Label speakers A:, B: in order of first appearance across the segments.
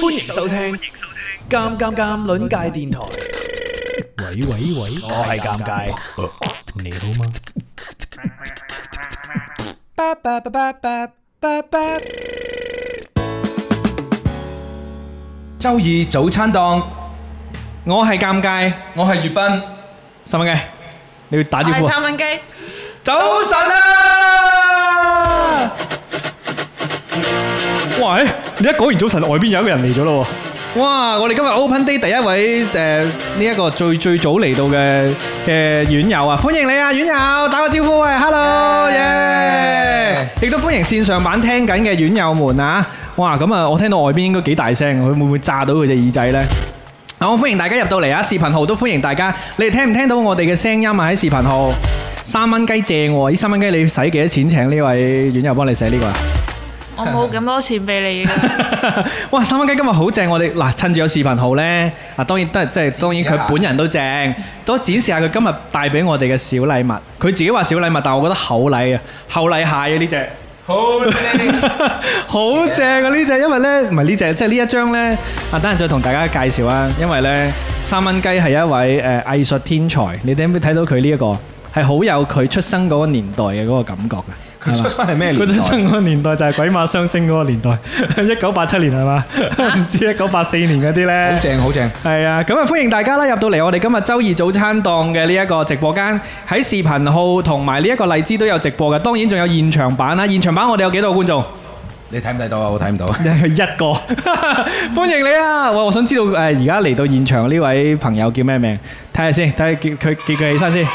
A: 欢迎收听《尴尴尴》邻界电台，
B: 喂喂喂，
A: 我係尷尬。
B: 你好嗎？
A: 叭叭叭叭叭叭叭
C: 周二早餐檔，
D: 我係尷尬，
C: 我係粵斌。
D: 十蚊雞，你要打招呼
E: 係
D: 啊！
E: 探問雞，
D: 早晨啊！喂，哎你一講完早晨，外邊有一個人嚟咗咯哇！我哋今日 Open Day 第一位誒呢一個最最早嚟到嘅嘅院友啊，歡迎你啊，院友，打個招呼啊，Hello，耶！亦都歡迎線上版聽緊嘅院友們啊！哇，咁啊，我聽到外邊應該幾大聲，佢會唔會炸到佢隻耳仔呢？好，歡迎大家入到嚟啊！視頻號都歡迎大家，你哋聽唔聽到我哋嘅聲音啊？喺視頻號三蚊雞正喎，呢三蚊雞你使幾多錢請呢位院友幫你寫呢個啊？
E: 我冇咁多錢俾你嘅，
D: 哇！三蚊雞今日好正，我哋嗱趁住有視頻號呢，啊當然都係即係當然佢本人都正，都展示下佢今日帶俾我哋嘅小禮物。佢自己話小禮物，但我覺得厚禮啊，厚禮蟹啊呢只。
C: 好，
D: 好正啊！呢只，因為呢，唔係呢只，即係呢一張呢。啊，等陣再同大家介紹啊。因為呢，三蚊雞係一位誒、呃、藝術天才，你哋有冇睇到佢呢一個係好有佢出生嗰個年代嘅嗰個感覺啊嘅？
C: 佢出生係咩
D: 佢
C: 年
D: 出
C: 代？
D: 生嗰個年代就係鬼馬雙星嗰個年代， 一九八七年係嘛？ 唔知一九八四年嗰啲呢。
C: 好正好正，
D: 係啊，咁啊歡迎大家啦入到嚟我哋今日周二早餐檔嘅呢一個直播間，喺視頻號同埋呢一個荔枝都有直播嘅，當然仲有現場版啦。現場版我哋有幾多個觀眾？
C: 你睇唔睇到啊？我睇唔到。
D: 一個，歡迎你啊！我我想知道誒，而家嚟到現場呢位朋友叫咩名？睇下先，睇下叫佢叫佢起身先。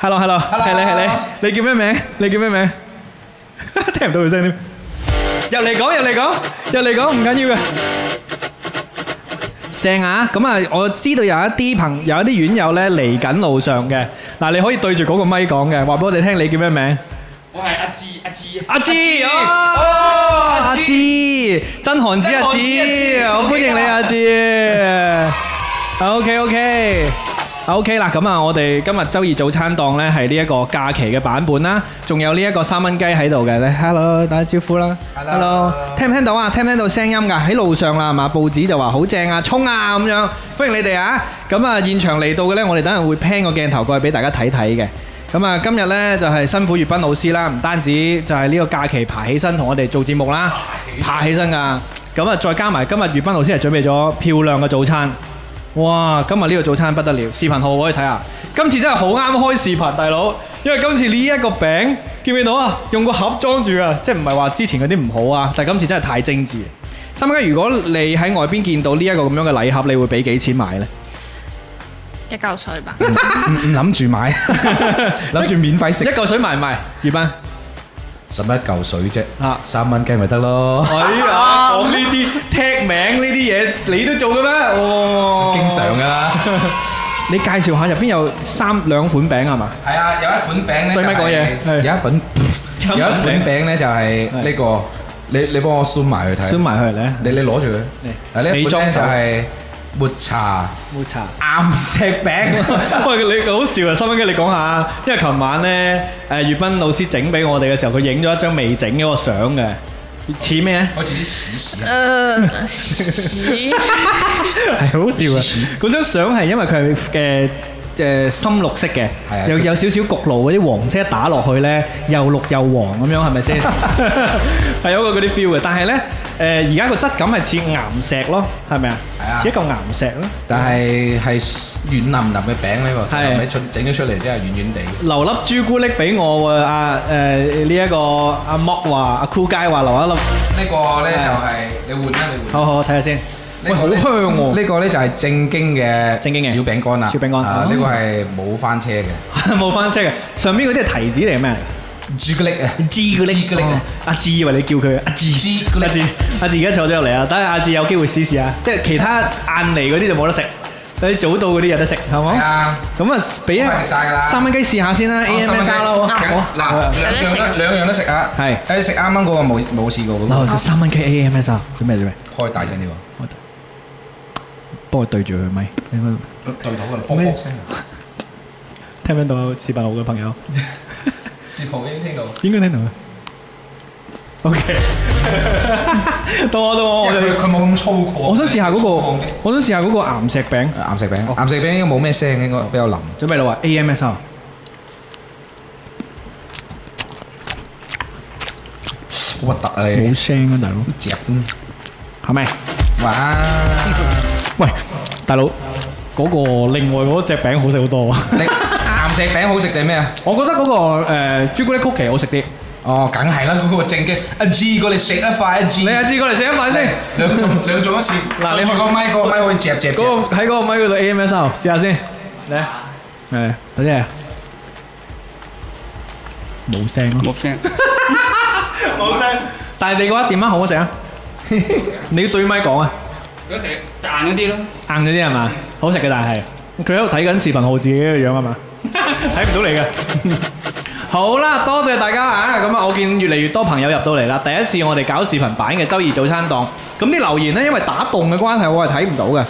D: Hello，Hello，係你係你，你叫咩名？你叫咩名？ 聽唔到佢聲添。入嚟講，入嚟講，入嚟講，唔緊要嘅。正啊！咁啊，我知道有一啲朋有一啲院友咧嚟緊路上嘅，嗱你可以對住嗰個咪講嘅，話俾我哋聽你叫咩名？阿芝，ờ. 哦，阿芝，真寒子阿芝，好歡迎你阿芝。OK OK。OK 啦，咁啊，我哋今日周二早餐檔呢係呢一個假期嘅版本啦，仲有呢一個三蚊雞喺度嘅咧，hello 打招呼啦
C: Hello
D: 聽唔聽到啊？聽唔聽到聲音㗎？喺路上啦，係嘛？報紙就話好正啊，衝啊咁樣，歡迎你哋啊！咁啊，現場嚟到嘅呢，我哋等陣會 pan 個鏡頭過去俾大家睇睇嘅。咁啊，今日呢，就係、辛苦粵斌老師啦，唔單止就係呢個假期爬起身同我哋做節目啦，爬起身㗎。咁啊，再加埋今日粵斌老師係準備咗漂亮嘅早餐。哇！今日呢個早餐不得了，視頻號可以睇下。今次真係好啱開視頻，大佬，因為今次呢一個餅見唔見到啊？用個盒裝住啊，即係唔係話之前嗰啲唔好啊，但係今次真係太精緻。心雞，如果你喺外邊見到呢一個咁樣嘅禮盒，你會俾幾錢買呢？
E: 一嚿水吧。
C: 唔唔諗住 買，諗住免費
D: 一
C: 食。
D: 嚿水賣唔賣？月斌，
C: 十一嚿水啫
D: 啊
C: 三蚊雞咪得咯。
D: 哎呀，講呢啲踢名呢啲嘢，你都做嘅咩？哦，
C: 經常。噶啦。
D: 你介紹下入邊有三兩款餅係嘛？
C: 係啊，有一款餅咧，
D: 對咪講嘢係
C: 有一款有一款餅咧就係呢個，你你幫我 zoom 埋佢睇。
D: 燒埋佢嚟，
C: 你你攞住佢。嗱呢一
D: 美
C: 款
D: 妝
C: 咧
D: 手
C: 就係抹茶
D: 冇茶。
C: 岩石餅。
D: 喂，你好笑啊！心蚊雞，你講下，因為琴晚咧，誒粵斌老師整俾我哋嘅時候，佢影咗一張未整嗰個相嘅，似咩咧？
C: 好似啲屎屎啊！
D: 嗯
E: 誒呃屎，
D: 係好笑啊！嗰張相係因為佢係嘅。誒深綠色嘅
C: 係啊，
D: 有
C: 佢
D: 有少少焗爐嗰啲黃色一打落去咧，又綠又黃咁樣，係咪 先？ 係有個嗰啲 feel 嘅，但係咧誒而家個質感係似岩石咯，係咪啊
C: 係啊？
D: 似一嚿岩石咯，
C: 但係係軟腍腍嘅餅呢個，
D: 係
C: 後尾出整咗出嚟真係軟軟地。
D: 留粒朱古力俾我喎，阿誒呢一個阿莫話阿酷街話留一粒，
C: 呢個咧就係你換啦，你換。
D: 好好睇下先。喂，好香喎！
C: 呢個咧就係正經嘅
D: 正經嘅
C: 小餅乾啦，
D: 小餅乾
C: 啊
D: 哦
C: 呢個係冇翻車嘅
D: 冇翻車嘅，上邊嗰啲係提子定係咩嚟？
C: 朱古力啊，
D: 朱古力
C: 朱古力啊，
D: 阿志以為你叫佢阿志，
C: 朱古力
D: 阿 志，阿志而家坐咗入嚟啊！等下阿志有機會試試啊！即係其他晏嚟嗰啲就冇得食，你早到嗰啲有得食，係
C: 係
D: 冇？
C: 啊，
D: 咁啊，俾
C: 我係食晒㗎啦
D: 三蚊雞試下先啦，A M S 啦，好啊
C: 梗
D: 好啊
C: 嗱兩
E: 有得食
C: 樣都兩樣都食啊，
D: 係
C: 誒食啱啱嗰個冇冇試過嗰
D: 嗱，就三蚊雞 A M S 啊，做咩做咩？
C: 個，開大聲啲喎，
D: 幫我對住佢咪，你嗰度
C: 對頭嗰度卜卜聲，
D: 聽唔聽到啊？視頻號嘅朋友
C: 視頻已經聽到，
D: 應該聽到嘅。 到我到我，我
C: 因為
D: 哋
C: 佢佢冇咁粗犷。
D: 我想試下嗰個，
C: 粗犷啲
D: 我想試下嗰個岩石餅，
C: 岩石餅，岩石餅應該冇咩聲，應該比較腍。
D: 準備啦喎，AMS 啊！
C: 好核突啊你！
D: 冇聲啊，大佬，
C: 嚼，
D: 係咪？
C: 哇！
D: 喂，大佬，嗰、個另外嗰只餅好食好多啊！
C: 你岩石餅好食定咩啊？
D: 我覺得嗰、個、呃、朱古力曲奇好食啲。
C: 哦，梗係啦，嗰個正嘅。阿 G 過嚟食一塊，阿 G
D: 你阿志過嚟食一飯先，
C: 兩種兩種一次。
D: 嗱你
C: 對住個咪個咪可以嚼嚼
D: 嗰、
C: 嚼。
D: 個喺嗰個咪嗰度 AMS 啊，試下先。嚟，誒，等先。冇聲咯，
A: 冇聲，
D: 但係你覺得點啊？好唔好食啊？你要對咪講啊！
A: 嗰時賺嗰啲咯，
D: 硬咗啲係
C: Ừ.
D: 嘛？好食嘅，但係佢喺度睇緊視頻號自己嘅樣 係嘛？睇唔 到你嘅。好啦，多謝大家啊！咁啊，我見越嚟越多朋友入到嚟啦。第一次我哋搞視頻版嘅周二早餐檔，咁啲留言呢，因為打洞嘅關係，我係睇唔到嘅。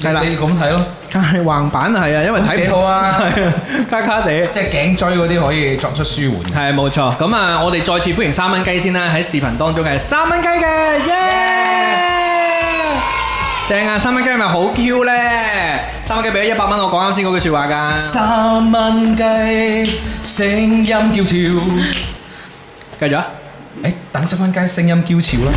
D: 係啦，
C: 你咁睇咯，
D: 係橫版係啊，因為睇唔
C: 幾好 啊
D: 係啊，卡卡地。
C: 即係頸椎嗰啲可以作出舒緩嘅。
D: 係冇錯，咁啊，我哋再次歡迎三蚊雞先啦，喺視頻當中嘅三蚊雞嘅，耶！正啊，三蚊雞係咪好 Q 呢？三蚊雞俾咗一百蚊，我講啱先嗰句説話㗎，
C: 三蚊雞，聲音叫俏。
D: 繼續啊！
C: 誒，等十蚊雞聲音嬌俏啦。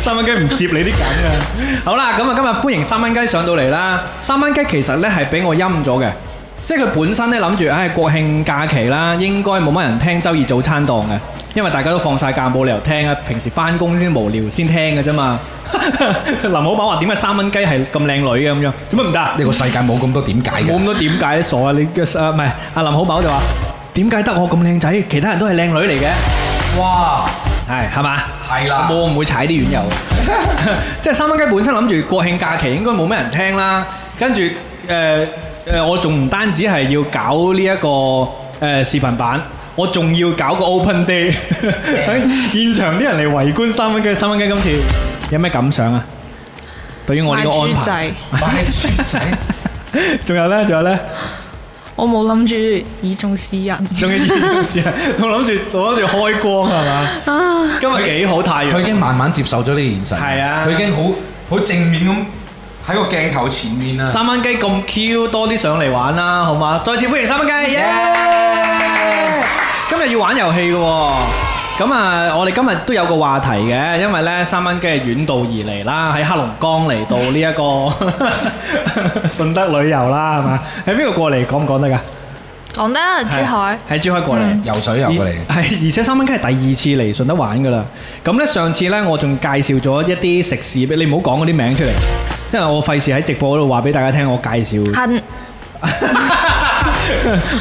D: 三蚊雞唔接你啲梗啊！好啦，咁啊，今日歡迎三蚊雞上到嚟啦。三蚊雞其實呢係俾我陰咗嘅，即係佢本身呢諗住，唉，國慶假期啦，應該冇乜人聽周二早餐檔嘅，因為大家都放晒假，冇理由聽啊。平時翻工先無聊先聽嘅啫嘛。 林老闆話：點解三蚊雞係咁靚女嘅咁樣？做乜唔得啊？
C: 呢個世界冇咁多點解
D: 冇
C: 嘅
D: 咁。多點解傻啊！你嘅啊唔係阿林好寶就話：點解得我咁靚仔，其他人都係靚女嚟嘅？
C: 哇，
D: 係係嘛？
C: 係啦
D: 我冇我唔會踩啲 院友，即係三蚊雞本身諗住國慶假期應該冇咩人聽啦，跟住誒誒，我仲唔單止係要搞呢、一個誒、呃、視頻版。我仲要搞個 open day，現場啲人嚟圍觀三蚊雞，三蚊雞今次有咩感想啊？對 於我呢個安
E: 豬
D: 排
E: 仔，，
C: 買豬仔，
D: 仲有呢？仲有呢？
E: 我冇諗住以眾示人。
D: 仲要件事啊！我諗住我諗住開光係嘛？
E: 啊
D: 今日幾好太
C: 佢已
D: 陽，
C: 經慢慢接受咗呢個現實。
D: 係啊
C: 佢已經好好正面咁喺個鏡頭前面啊啦。
D: 三蚊雞咁 Q，多啲上嚟玩啦，好嘛？再次歡迎三蚊雞，耶！今日要玩遊戲嘅喎。咁啊，我哋今日都有個話題嘅，因為呢三蚊雞係遠道而嚟啦，喺黑龍江嚟到呢、一個 順德旅遊啦，係嘛？喺邊度過嚟講唔講得㗎？
E: 講得珠海，嗯
D: 喺珠海過嚟。
C: 游水游過嚟，
D: 係，而且三蚊雞係第二次嚟順德玩噶啦。咁呢，上次呢，我仲介紹咗一啲食肆俾你，唔好講嗰啲名出嚟，即係我費事喺直播嗰度話俾大家聽我介紹
E: 恨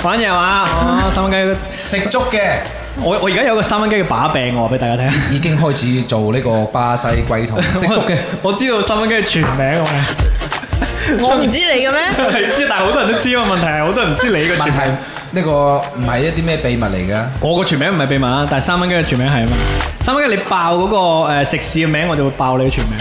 D: 玩嘢嘛。哦，三蚊雞，
C: 食粥嘅
D: 我我而家有個三蚊雞嘅把柄，我話俾大家聽。
C: 已經開始做呢個巴西 龜頭，食粥嘅。
D: 我，我知道三蚊雞嘅全名我係。
E: 我唔知你嘅咩？
D: 你知，但係好多人都知啊。問題係好多人唔知你嘅
C: 問
D: 全
C: 題
D: 名。
C: 呢個唔係一啲咩秘密嚟㗎。
D: 我個全名唔係秘密啊，但係三蚊雞嘅全名係啊嘛。三蚊雞你爆嗰個誒食肆嘅名，我就會爆你嘅全名。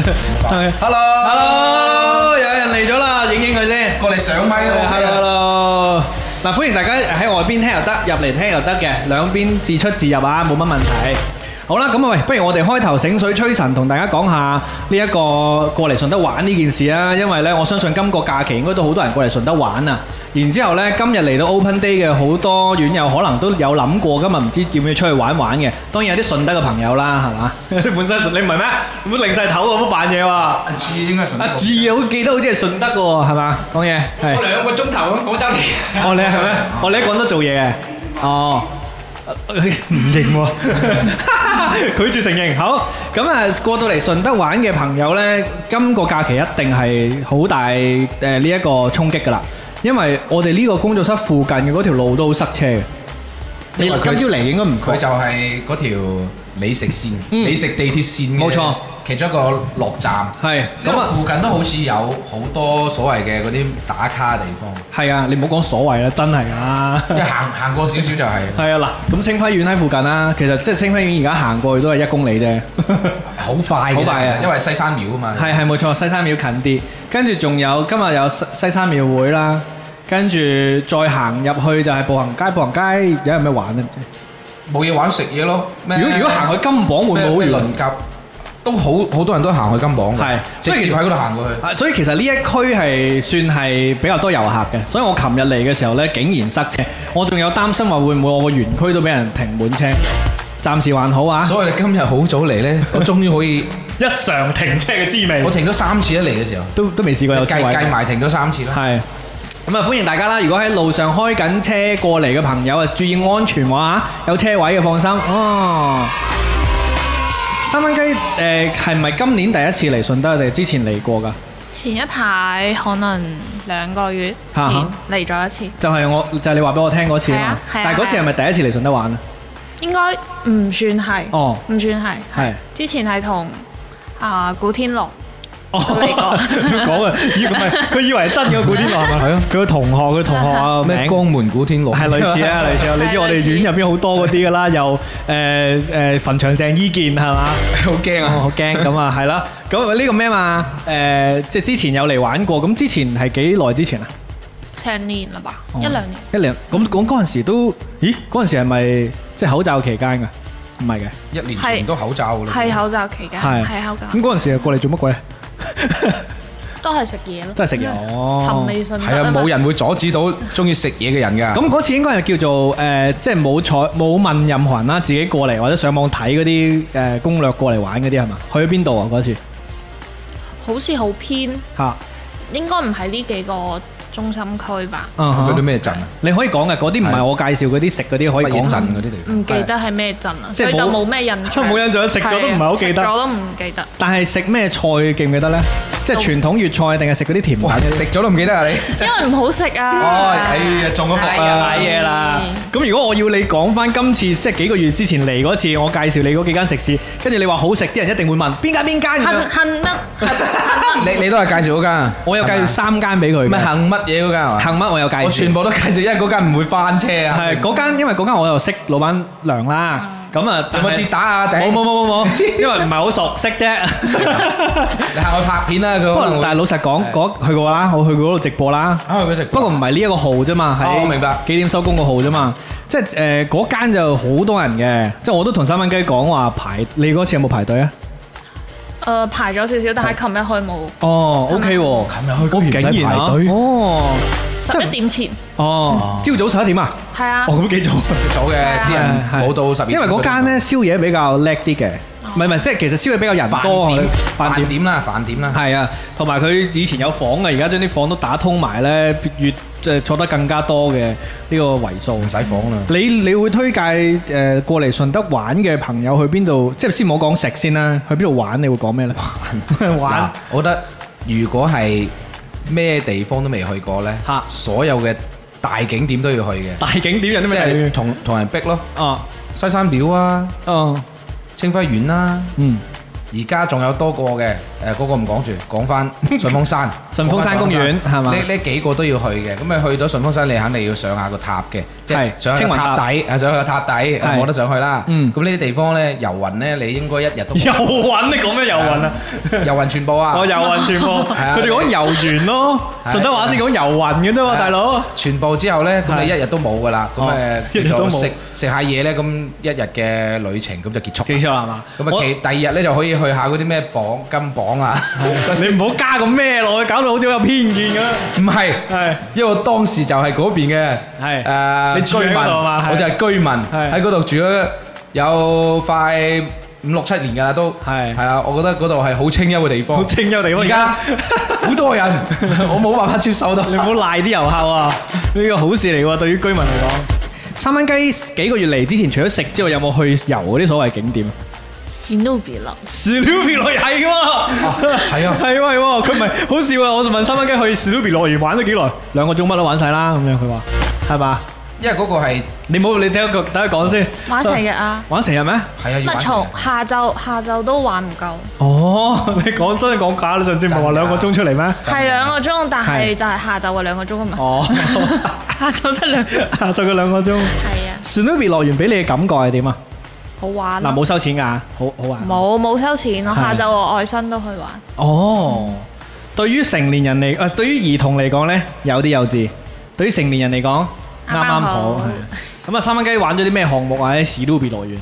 D: 三蚊雞。
C: Hello，
D: Hello，有人嚟咗啦，影影佢先。
C: 過嚟上咪啦。
D: 哎 Hello Hello，嗱，歡迎大家喺外邊聽啊又得，入嚟聽又得嘅，兩邊自出自入啊，冇乜問題。好啦，咁啊喂，不如我哋開頭醒水吹神，同大家講下呢一個過嚟順德玩呢件事啊，因為呢，我相信今個假期應該都好多人過嚟順德玩啊。然之後呢，今日嚟到 Open Day 嘅好多院友可能都有諗過，今日唔知要唔要出去玩玩嘅。當然有啲順德嘅朋友啦，係嘛？ 你本身順你唔係咩？你唔好擰晒頭咁扮嘢喎。
C: 阿 G 應該係順德
D: 阿志好記得好似係順德嘅喎，係嘛？講嘢係。
A: 我兩個鐘頭咁廣州嚟，
D: 哦，你係咩？哦，你喺廣州做嘢嘅。哦， 唔認喎，拒絕承認。好，咁啊過到嚟順德玩嘅朋友呢，今個假期一定係好大誒呢一個衝擊㗎啦，因為我哋呢個工作室附近嘅嗰條路都好塞車嘅。你
C: 因為佢
D: 今朝嚟應該唔
C: 佢就係嗰條美食線、
D: 嗯
C: 美食地鐵線嘅
D: 冇錯，
C: 其中一個落站。
D: 係
C: 咁
D: 咁啊
C: 啊，附近都好似有好多所謂嘅嗰啲打卡地 方，
D: 係啊，你唔好講所謂啦，真係啊。
C: 一行行過少少就係
D: 係啊，嗱，咁清暉園喺附近啦，其實即係清暉園而家行過去都係一公里 啫。
C: 好快嘅，
D: 好快啊
C: 因為西山廟啊嘛。
D: 係係冇錯，西山廟近啲，跟住仲有今日有西西山廟會啦，跟住再行入去就係步行街，步行街有咩玩啊？
C: 冇嘢玩食嘢咯。咩
D: 如果如果行去金榜會唔會好
C: 咩咩
D: 遠？
C: 輪夾都好好多人都行去金榜嘅，
D: 係
C: 直接喺嗰度行過去。
D: 啊，所以其實呢一區係算係比較多遊客嘅，所以我琴日嚟嘅時候呢，竟然塞車，我仲有擔心話會唔會我個園區都俾人停滿車，暫時還好啊，
C: 所以你今日好早嚟 咧，我終於可以，
D: 一嘗停車嘅滋味
C: 我，停咗三次一嚟嘅時候，
D: 都都未試過有車
C: 計
D: 位。
C: 計埋停咗三次啦。
D: 係。咁啊，歡迎大家啦！如果喺路上開緊車過嚟嘅朋友啊，注意安全喎嚇，有車位嘅放心。哦，三蚊雞誒係咪今年第一次嚟順德定係之前嚟過㗎？
E: 前一排可能兩個月前
D: 啊哈
E: 嚟咗一次，
D: 就係、我就係、你話俾我聽嗰次
E: 係
D: 啊嘛
E: 啊。係啊
D: 但係嗰次係咪第一次嚟順德玩啊？
E: 應該唔算係，
D: 哦
E: 唔算係，
D: 係
E: 係之前係同啊古天樂
D: 哦
E: 嚟過
D: 佢講啊，以為唔係佢以為係真嘅古天樂係嘛？
C: 係啊
D: 佢個同學佢同學啊
C: 咩
D: 名
C: 江門古天樂
D: 係類似啊，類似啊，你知我哋院入邊好多嗰啲噶啦，又呃誒誒墳場鄭伊健係嘛？
C: 好驚
D: 我
C: 啊！
D: 好驚咁啊，係啦，咁呢個咩嘛？誒，即係之前有嚟玩過，咁之前係幾耐之前啊？哦
E: 成年啦吧，一兩年。
D: 一兩咁講嗰陣時都，咦？嗰陣時係咪即係口罩期間㗎？唔係嘅，
C: 一年前都口罩㗎啦，
E: 係口罩期間，
D: 係啊嗯
E: 係口罩，
D: 咁嗰陣時過嚟做乜鬼咧？啊
E: 都係食嘢咯，
D: 都係食嘢
E: 因為
D: 哦
E: 尋味順德
C: 係啊，
E: 嘛
C: 冇人會阻止到中意食嘢嘅人㗎。
D: 咁嗰次應該係叫做誒，即係冇採冇問任何人啦，自己過嚟或者上網睇嗰啲誒攻略過嚟玩嗰啲係嘛？去咗邊度啊？嗰次
E: 好似好偏，
C: 啊
D: 嚇，
E: 應該唔係呢幾個中心區吧？
D: 嗯哼
C: 去到咩鎮啊？
D: 你可以講嘅，嗰啲唔係
C: 係啊
D: 我介紹嗰啲食嗰啲可以
C: 乜嘢
D: 講啊
C: 鎮嗰啲地方？
E: 唔記得係咩鎮啦，
D: 即
E: 所
D: 係
E: 以
D: 冇
E: 就冇咩 印象，
D: 冇印象食咗都唔係好記得
E: 係啊食咗都唔記得。
D: 但係食咩菜記唔記得呢？即係傳統粵菜定係食嗰啲甜品
C: 哇！
D: 嗰啲
C: 食咗都唔記 得啊你。
E: 因為唔好食
C: 哦，
E: 啊，
C: 哎呀，中咗伏
D: 哎呀
C: 啦！
D: 瀨嘢啦！咁如果我要你講翻今次即係幾個月之前嚟嗰次，我介紹你嗰幾間食肆，跟住你話好食，啲人一定會問邊間邊間咁
E: 恨
D: 樣。
E: 恨得
C: 你你都係介紹嗰間啊，
D: 我有介紹三間俾佢
C: 係
D: 嘅。
C: 咪咩行乜嘢嗰間啊？
D: 幸乜我有介紹。
C: 我全部都介紹，因為嗰間唔會翻車啊。
D: 係嗰間，因為嗰間我又識老闆娘啦。咁啊，
C: 有
D: 但
C: 冇
D: 係
C: 折打啊？頂
D: 冇冇冇冇冇，因為唔係好熟，識 啫。
C: 你行去拍片啦，佢
D: 不
C: 可
D: 過
C: 能會
D: 但係老實講，
C: 係
D: 嗰去過啦，我去過嗰度直播啦。
C: 啊佢食。
D: 不過唔係呢一個號啫嘛，
C: 哦
D: 係
C: 我明白
D: 幾點收工個號啫嘛，即係誒嗰間就好多人嘅，即係我都同三蚊雞講話排，你嗰次有冇排隊啊？
E: 誒呃排咗少少，但係琴日去冇，
D: 哦，OK 喎，
C: 琴日去居然唔
D: 竟
C: 使
D: 然啊
C: 排隊，
D: 哦
E: 十一點前，
D: 哦，朝早十一點啊，
E: 係啊
D: 哦，咁幾早，
C: 早嘅啲人
D: 係係
C: 嗯冇到十二，
D: 因為嗰間咧宵夜比較叻啲嘅，唔係唔係，即係其實宵夜比較人多
C: 飯，點
D: 飯
C: 飯點啦，飯點啦，
D: 係啊，同埋佢以前有房嘅，而家將啲房都打通埋咧，越即係坐得更加多嘅呢個為數。
C: 唔使房啦。
D: 你你會推介誒過嚟順德玩嘅朋友去邊度？即係先唔好講食先啦，去邊度玩？你會講咩 呢？玩
C: 嗱，我覺得如果係咩地方都未去過咧
D: 嚇，
C: 所有嘅大景點都要去嘅，
D: 大景點有啲
C: 即
D: 咩例
C: 係
D: 如？
C: 同同人逼咯，
D: 啊，
C: 西山廟啊，
D: 嗯
C: 清暉園啦。
D: 嗯，
C: 而家仲有多個嘅，誒、嗰、個唔講住，講 翻順峰山，
D: 順峰山公園
C: 講返
D: 係嘛
C: 呢呢幾個都要去嘅，咁你去咗順峰山，你肯定要上下個塔嘅，即係
D: 係
C: 上下
D: 青
C: 個
D: 雲
C: 塔底，啊上下個塔底，
D: 係
C: 冇得上去啦。
D: 嗯
C: 咁呢啲地方咧遊雲咧，你應該一日都
D: 遊雲你講咩遊雲啊？
C: 遊雲全部啊，
D: 我遊雲全部，
C: 啊
D: 佢哋講遊園咯，
C: 係啊
D: 順德話先講遊雲嘅啫
C: 係
D: 喎，
C: 啊
D: 大佬。
C: 全部之後咧，咁你一日都冇噶啦，咁
D: 哦一
C: 誒
D: 日
C: 叫
D: 都
C: 做
D: 冇
C: 食食下嘢咧，咁一日嘅旅程咁就結束
D: 記錯
C: 啦。
D: 係嘛？
C: 咁啊，
D: 我
C: 其第二日咧就可以去下嗰啲咩榜金榜啊，
D: 你唔好加個咩落去，搞到好似好有偏見咁樣。
C: 唔係。
D: 係
C: 因為我當時就係嗰邊嘅，
D: 係
C: 誒
D: 你住喺
C: 居民，
D: 嗰度嘛係
C: 我就係居民
D: 係
C: 喺嗰度住咗有快五六七年㗎啦，都
D: 係
C: 係啊！我覺得嗰度係好清幽嘅地方，
D: 好清幽地方
C: 而家好多人， 我冇辦法接受到。
D: 你唔好賴啲遊客啊！呢個好事嚟喎，對於居民嚟講。三蚊雞幾個月嚟之前，除咗食之外，有冇去遊嗰啲所謂景點啊？
E: 史努比啦，
D: 史努比樂園係㗎喎，
C: 係啊
D: 係喎係喎，佢唔係好笑啊！我就問三蚊雞去史努比樂園玩咗幾耐？兩個鐘乜都玩晒啦，咁樣佢話係嘛？
C: 因為嗰個係
D: 你冇你聽佢等佢講先，
E: 玩成日啊！
D: 玩成日咩？
C: 係啊，要
E: 唔係
C: 玩
E: 從下晝下晝都玩唔夠，
D: 哦， 你講真定講假？你上次唔係話兩個鐘出嚟咩？
E: 係兩個鐘，但
D: 係
E: 係就係下晝嘅兩個鐘啊嘛，
D: 哦，
E: 下晝得 兩個，
D: 下晝嘅兩個鐘。
E: 係啊，
D: 史努比樂園俾你嘅感覺係點啊？
E: 好玩啊
D: 嗱，
E: 咯
D: 冇收錢㗎，好好玩。
E: 冇冇收錢咯，
D: 啊係
E: 下晝我外甥都去玩，
D: 哦，對於成年人嚟，誒、對於兒童嚟講呢，有啲幼稚；對於成年人嚟講，啱
E: 啱
D: 啱
E: 啱
D: 好。
E: 好
D: 係咁啊，三蚊雞玩咗啲咩項目啊？喺史都比樂園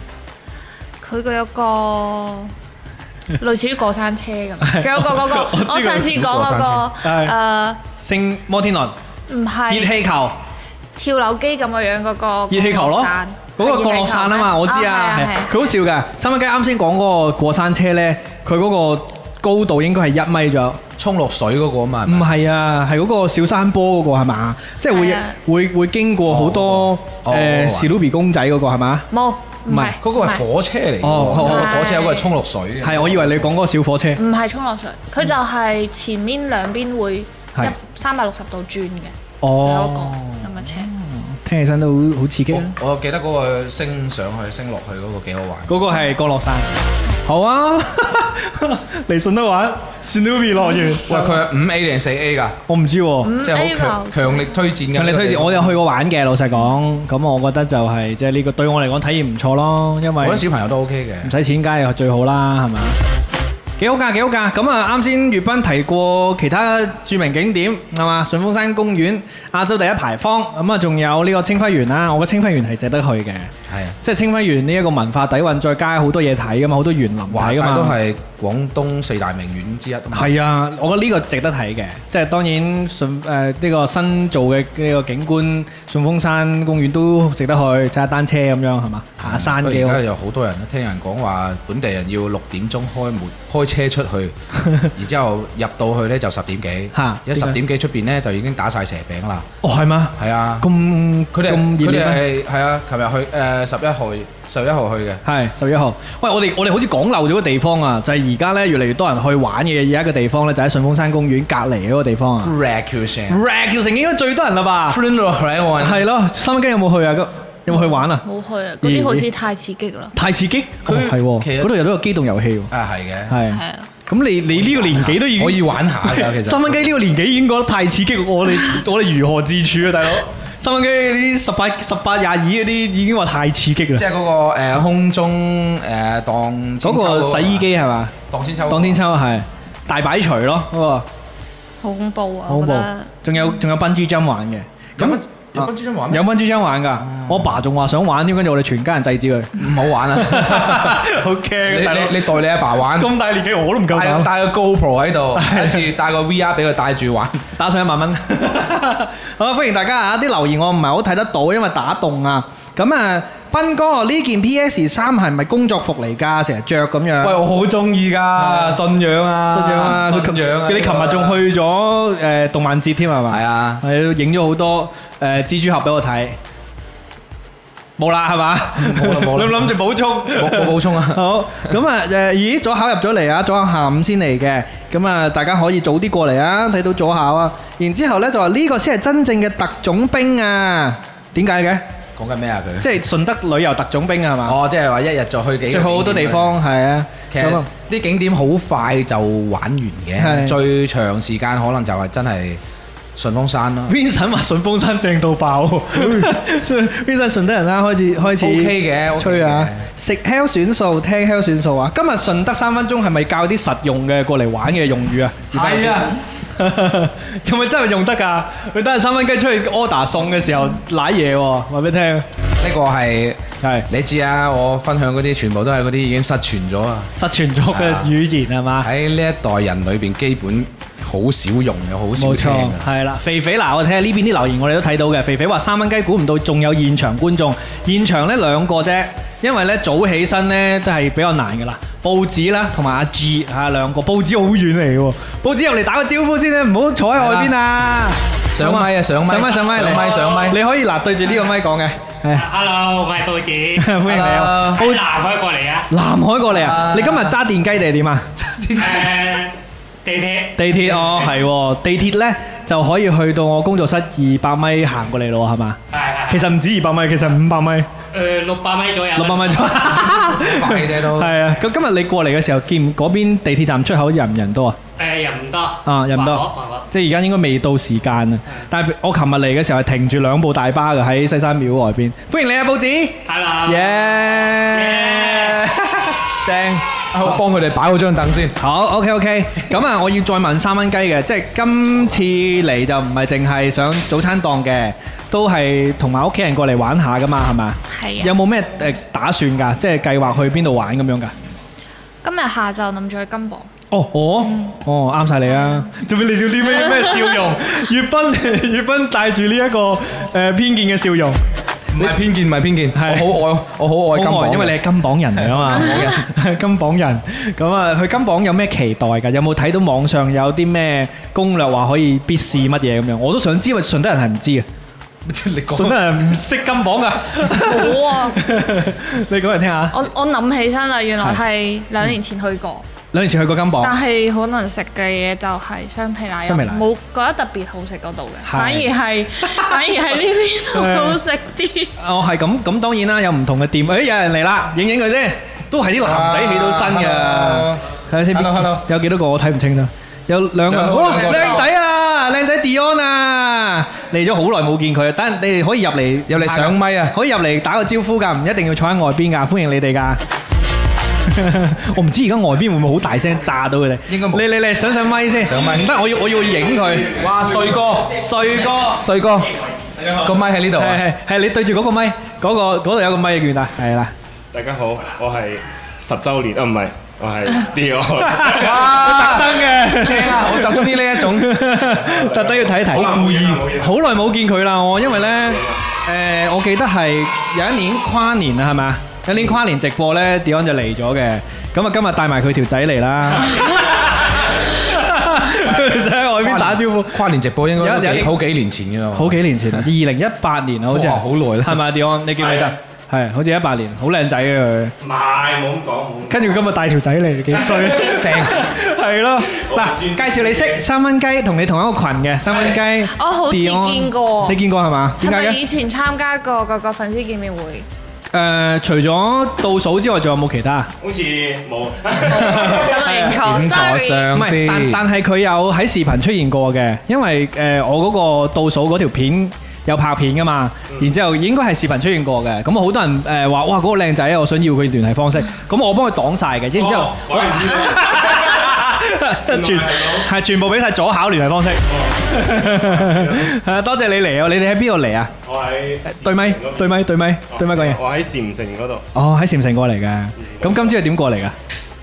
E: 佢嘅有 個類似於過山車咁，仲有個 嗰個，我上次講嗰個
D: 係
E: 誒，
D: 升摩天輪、
E: 唔
D: 熱
E: 係
D: 氣球、
E: 跳樓機咁嘅樣嗰個
D: 熱氣球咯。嗰個降落傘啊嘛，我知啊，係
E: 哦係
D: 佢好笑嘅。三蚊雞啱先講嗰個過山車呢，佢嗰個高度應該係一米左右。
C: 冲落水嗰個啊嘛，係
D: 唔
C: 咪
D: 係啊，係嗰個小山坡嗰個係嘛？即係會
E: 係啊
D: 會會經過好多
C: 哦嗰個哦
D: 誒史努比公仔嗰個係嘛？
E: 冇，唔
D: 唔
E: 係
D: 係
C: 嗰個係火車嚟嘅喎，
D: 哦
C: 有個
E: 係
C: 火車有個係衝落水嘅。
D: 係，我以為你講嗰個小火車。
E: 唔係衝落水，佢就係前面兩邊會
D: 嗯係
E: 一三百六十度轉嘅，有一個哦
D: 哦，
E: 咁嘅車。
D: 聽起身都好好刺激啊！
C: 我我記得嗰個升上去、升落去嗰個幾好玩。
D: 嗰個係降落傘。好啊， 你信得玩史努比樂
C: 喂，
D: 園？
C: 佢係五 A 定四 A 㗎？
D: 我唔知喎。
E: 五
C: 即係
E: A
C: 好強強力推薦嘅。
D: 強力推薦，我有去過玩嘅，老實講，咁我覺得就係即係呢個對我嚟講體驗唔錯咯，因
C: 我
D: 為
C: 覺得小朋友都 OK
D: 唔
C: 嘅。
D: 使錢梗係最好啦，係嘛？幾好㗎，幾好㗎！咁啊，啱先粵斌提過其他著名景點係嘛？順峰山公園、亞洲第一牌坊，咁啊，仲有呢個清暉園啦。我覺得清暉園係值得去嘅，
C: 係啊，
D: 即係清暉園呢一個文化底蘊，再加好多嘢睇㗎嘛，好多園林
C: 華
D: 睇㗎
C: 曬
D: 嘛。
C: 都係廣東四大名園之一啊嘛。
D: 係啊，我覺得呢個值得睇嘅，即係當然順誒呢個新做嘅呢個景觀順峰山公園都值得去，踩下單車咁樣係嘛，行下山
C: 不過
D: 嘅
C: 而家
D: 喎。
C: 有好多人都聽人講話，本地人要六點鐘開門開 車出去，然之後入到去呢就十點幾，
D: 嚇
C: 一十點幾出邊呢就已經打晒蛇餅啦。
D: 哦，係嘛？
C: 係啊，
D: 咁
C: 佢
D: 咁
C: 哋
D: 熱
C: 佢
D: 烈
C: 哋
D: 咩？
C: 係係啊，琴日去誒十一號十一號去嘅。
D: 係十一號。喂，我哋我哋好似講漏咗個地方啊，就係而家咧越嚟越多人去玩嘅而家個地方咧，就喺順峰山公園隔離嗰個地方啊。
C: r e c u t i o n
D: Rag 橋城應該最多人啦
C: f
D: 吧？
C: r i e n d l y o n
D: 係咯，三雞有冇去啊？咁有冇去玩啊？
E: 冇去啊！嗰啲好似太刺激啦，
D: 太刺激！哦
C: 佢
D: 係
C: 其實
D: 喎，嗰度有呢個機動遊戲喎。
C: 啊係嘅，
D: 係。
E: 係啊，
D: 咁你你呢個年紀都已經
C: 可以玩下㗎其實。
D: 三蚊雞呢個年紀已經覺得太刺激，我哋我哋如何自處啊，大佬？三蚊雞啲十八十八廿二嗰啲已經話太刺激
C: 即
D: 啦。
C: 係嗰個誒空中誒當
D: 嗰個洗衣機係嘛？
C: 當天抽
D: 當天抽係大擺錘咯，嗰個
E: 好恐怖啊！
D: 好恐
E: 我覺
D: 怖
E: 得。嗯
D: 仲有仲有笨豬針玩嘅，
C: 有乜有乜專玩咩嗯
D: 有笨豬針玩㗎。我爸仲話想玩添，跟住我哋全家人制止佢。
C: 唔好玩啊！
D: 好
C: 你
D: 驚啊，大佬！
C: 你你代你阿爸玩。
D: 咁大年紀我都唔夠
C: 帶個
D: 膽，
C: 帶個 GoPro 喺度，下次帶個 VR 俾佢帶住玩。
D: 打上一萬蚊。 好，歡迎大家啊！啲留言我唔係好睇得到，因為打洞啊。咁啊，斌哥呢件 PS 衫係咪工作服嚟㗎？成日着咁樣。
C: 我好中意噶，信仰啊
D: 信仰啊！佢琴佢哋琴日仲去咗誒動漫節添係嘛？
C: 係啊，
D: 係影咗好多誒蜘蛛俠俾我睇，冇啦係嘛？
C: 冇啦 冇啦
D: 你諗住補充？
C: 我我補充啊，
D: 好咁啊誒，咦左考入咗嚟啊，左考下午先嚟嘅，咁啊大家可以早啲過嚟啊，睇到左考啊，然之後呢，就話呢個先係真正嘅特種兵啊，點解嘅？
C: 講緊咩啊佢？
D: 即係順德旅遊特種兵啊係嘛？
C: 哦，即係話一日就去幾個
D: 最好好多地
C: 景
D: 方係啊，
C: 點
D: 咁
C: 咁樣。
D: 啊
C: 其實啲景點好快就玩完
D: 係
C: 嘅，最長時間可能就係真係順峰 山啦。
D: Vincent 話順風山正到 爆，Vincent 順德人啦，開始開始
C: OK 嘅，OK
D: 吹啊
C: 嘅！
D: 食 hell 選數，聽 hell 選數啊！今日順德三分鐘係咪教啲實用嘅過嚟玩嘅用語啊？
C: 係啊，
D: 有咪真係用得㗎？佢等陣三蚊雞出去 order 餸嘅時候攋嘢喎，話俾你聽，
C: 呢個係
D: 係
C: 你知啊，我分享嗰啲全部都係嗰啲已經失傳咗啊。
D: 失傳咗嘅語言係嘛？
C: 喺呢一代人裏邊，基本好少用嘅，好少
D: 冇
C: 聽
D: 錯，
C: 嘅。
D: 係啦，肥肥嗱，我睇下呢邊啲留言，我哋都睇到嘅。肥肥話三蚊雞估唔到，仲有現場觀眾，現場呢兩個啫，因為呢早起身呢都係比較難噶啦。報紙啦，同埋阿 G 啊兩個，報紙好遠嚟嘅喎，報紙入嚟打個招呼先啦，唔好坐喺外邊啊！
C: 上咪啊，上咪，
D: 上咪上咪，
C: 上咪，上咪。
D: 你可以嗱對住呢個咪講嘅，係
F: Hello，我係報 紙，
D: 歡迎你啊！
F: 好南海過嚟啊！
D: 南海過嚟啊！你今日揸電雞定係點啊？
F: 誒，地鐵
D: 地鐵哦，係喎，地鐵呢就可以去到我工作室二百米行過嚟咯，係嘛？
F: 係係
D: 其實唔止二百米，其實五百米、
F: 誒六百米左右，
D: 六百米左右。
C: 快啫都
D: 係啊，咁今日你過嚟嘅時候，見唔嗰邊地鐵站出口人唔人多啊？
F: 誒又唔多
D: 啊，
F: 啊
D: 人多，即係而家應該未到時間啊。但係我琴日嚟嘅時候係停住兩部大巴嘅喺西山廟外 Dạ. 邊。歡迎你啊，報紙！
F: Hello，
D: 耶！正
C: 幫佢哋擺好張凳先。
D: 好，OK OK，咁啊，我要再問三蚊雞嘅，即係今次嚟就唔係淨係上早餐檔嘅，都係同埋屋企人過嚟玩下噶嘛，係嘛？
E: 係啊
D: 有冇咩誒打算㗎？即係計劃去邊度玩咁樣㗎？
E: 今日下晝諗住去金榜，
D: 哦，我哦啱晒你啊！做咩你要啲咩咩笑容？ 月斌 月斌帶住呢一個誒偏見嘅笑容，
C: 唔係偏見，唔係偏見，
D: 係
C: 我好愛，我好愛金
D: 好
C: 榜
D: 愛
C: 嘅，
D: 因為你係金榜人嚟啊 嘛，金榜人咁啊，去金榜有咩期待㗎？有冇睇到網上有啲咩攻略話可以必試乜嘢咁樣？我都想知，因為順德人係唔知嘅，
C: 你你
D: 順
C: 講
D: 德人唔識金榜㗎。
E: 冇啊！
D: 你講嚟聽下，
E: 我我諗起身啦，原來係兩年前去過，
D: 兩年前去過金
E: 但
D: 榜，
E: 係可能食嘅嘢就係雙皮奶，
D: 雙皮奶
E: 冇覺得特別好食嗰度嘅，
D: 係
E: 反而係 反而係呢邊好食啲。
D: 哦係咁咁，當然啦，有唔同嘅店。誒有人嚟啦，影影佢先，都係啲男仔起到身嘅。睇下先
A: Hello, hello. Dạ,
D: 有幾多個我睇唔清啦。有兩個人，
A: 兩個
D: 哇！
A: 兩個
D: 靚仔啊，靚仔 à, Dion à. 啊，嚟咗好耐冇見佢，等你哋可以入嚟，
C: 入嚟上咪
A: à.
C: 啊！
D: 可以入嚟打個招呼㗎，唔一定要坐喺外邊㗎，歡迎你哋 㗎。我唔知而家外邊會唔會好大聲炸到佢哋？
A: 應該冇
D: 你你你上上咪先，上咪唔得，我要我要影佢。
C: 哇，帥哥，
D: 帥哥。
C: 帥哥，個咪喺呢度啊！
D: 係係係，你對住嗰個咪，嗰個嗰度有個咪嘅遠啊，係啦。
G: 大家好，我係十週年啊，唔係，我係 Dion。
C: 哇，
D: 登嘅，
C: 正啊！我就中意呢一種。
D: 特登要睇一睇。
G: 好故意
D: 好耐冇見佢啦，我因為咧，誒，我記得係有一年跨年啊，係嘛？有一年跨年直播咧，Dion 就嚟咗嘅，咁啊今日帶埋佢條仔嚟 啦。就喺外邊打招呼，
C: 跨年直播應該
D: 有
C: 都
D: 有
C: 幾好幾年前嘅啦。
D: 好幾年前，二零一八年啊，好似係
C: 哇好耐啦
D: 係咪 Dion？你記唔記
G: 係
D: 得
G: 啊？
D: 係，好似一八年，好靚仔嘅佢。
G: 唔係，冇咁講，冇 咁講
D: 跟住今日帶條仔嚟，幾衰，正係咯。嗱，介紹你識三蚊雞，同你同一個群嘅三蚊雞。
E: 我好似
D: Dion
E: 見過
D: 你見過係嘛？
E: 係
D: 點解
E: 咪
D: 嘅？
E: 以前參加過嗰個粉絲見面會？
D: 誒，除咗倒數之外，仲有冇其他啊？
G: 好似冇。
E: 咁 啊認錯
C: 點坐
E: ，sorry。
D: 唔
C: 上
D: 係，但
C: 先？
D: 但係佢有喺視頻出現過嘅，因為誒我嗰個倒數嗰條片有拍片噶嘛，
G: 嗯
D: 然之後應該係視頻出現過嘅，咁好多人誒話哇嗰個靚仔啊，我想要佢聯繫方式，咁我幫佢擋晒嘅，然之後
G: 哦我係唔知道
D: 全係全部俾晒左考聯繫方式。係 多謝你嚟啊！你哋喺邊度嚟啊？
G: 我喺
D: 對咪
G: 禪城嗰邊
D: 對咪對咪對咪講嘢。
G: 我喺禪城嗰度，
D: 哦，喺禪城過嚟嘅。咁今朝係點過嚟噶？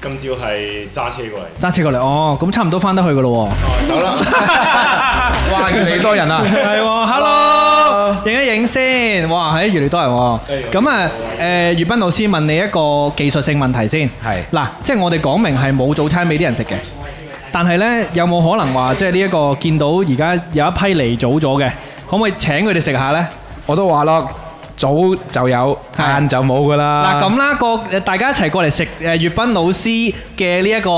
G: 今朝係揸車過嚟。
D: 揸車過嚟。哦，咁差唔多翻得去噶咯
A: 走啦！ 哇，越嚟越多人啊啦
D: 喎。！係喎，hello，影一影先。哇，係越嚟越多人喎。咁啊，誒，粵斌老師問你一個技術性問題先。
A: 係
D: 嗱，即係我哋講明係冇早餐俾啲人食嘅，但係呢，有冇可能話即係呢一個見到而家有一批嚟早咗嘅，可唔可以請佢哋食下呢？
C: 我都話咯，早就有，
D: 係
C: 晏就冇噶啦。
D: 嗱咁啦，個呃大家一齊過嚟食誒粵斌老師嘅呢一個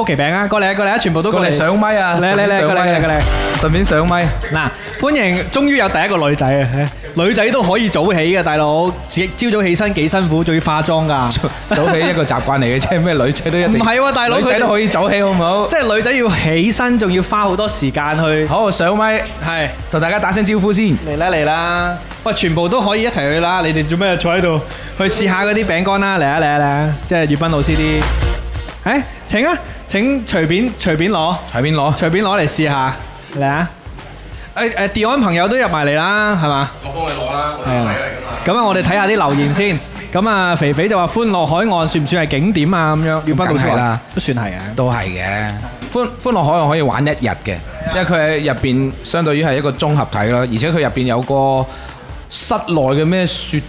D: 誒曲奇餅啊！過嚟啊，過嚟啊，全部都
C: 過
D: 過
C: 嚟
D: 嚟
C: 上咪啊！
D: 嚟嚟嚟
C: 上
D: 過嚟
C: 咪
D: 過
C: 啊
D: 嚟過嚟！
C: 順便上咪。
D: 嗱，歡迎，終於有第一個女仔啊！女仔都可以早起嘅，大佬，朝朝早起身幾辛苦，仲要化妝㗎。
C: 早起一個習慣嚟嘅啫，咩女仔都一定
D: 唔係喎大佬
C: 女仔
D: 佢
C: 都可以早起，好唔好？
D: 即係女仔要起身，仲要花好多時間去，
C: 好上咪
D: 係
C: 同大家打聲招呼先。
D: 嚟啦嚟啦！喂，全部都可以一齊去啦！你哋做咩坐喺度？去試下嗰啲餅乾啦！嚟啊嚟啊嚟啊！即係粵斌老師啲，誒請啊請隨便隨便攞。
C: 隨便攞，
D: 隨便攞嚟試下，嚟啊！誒誒，Dion 朋友都入埋嚟啦，係嘛？我幫佢攞啦，我咁啊，我哋睇下啲留言先。咁啊，肥肥就話歡樂海岸算唔算係景點啊？咁樣，要不
C: 梗係啦，
D: 都算係嘅。
C: 都係嘅。歡歡樂海岸可以玩一日嘅，因為佢喺入邊相對於係一個綜合體咯，而且佢入邊有個室內嘅咩雪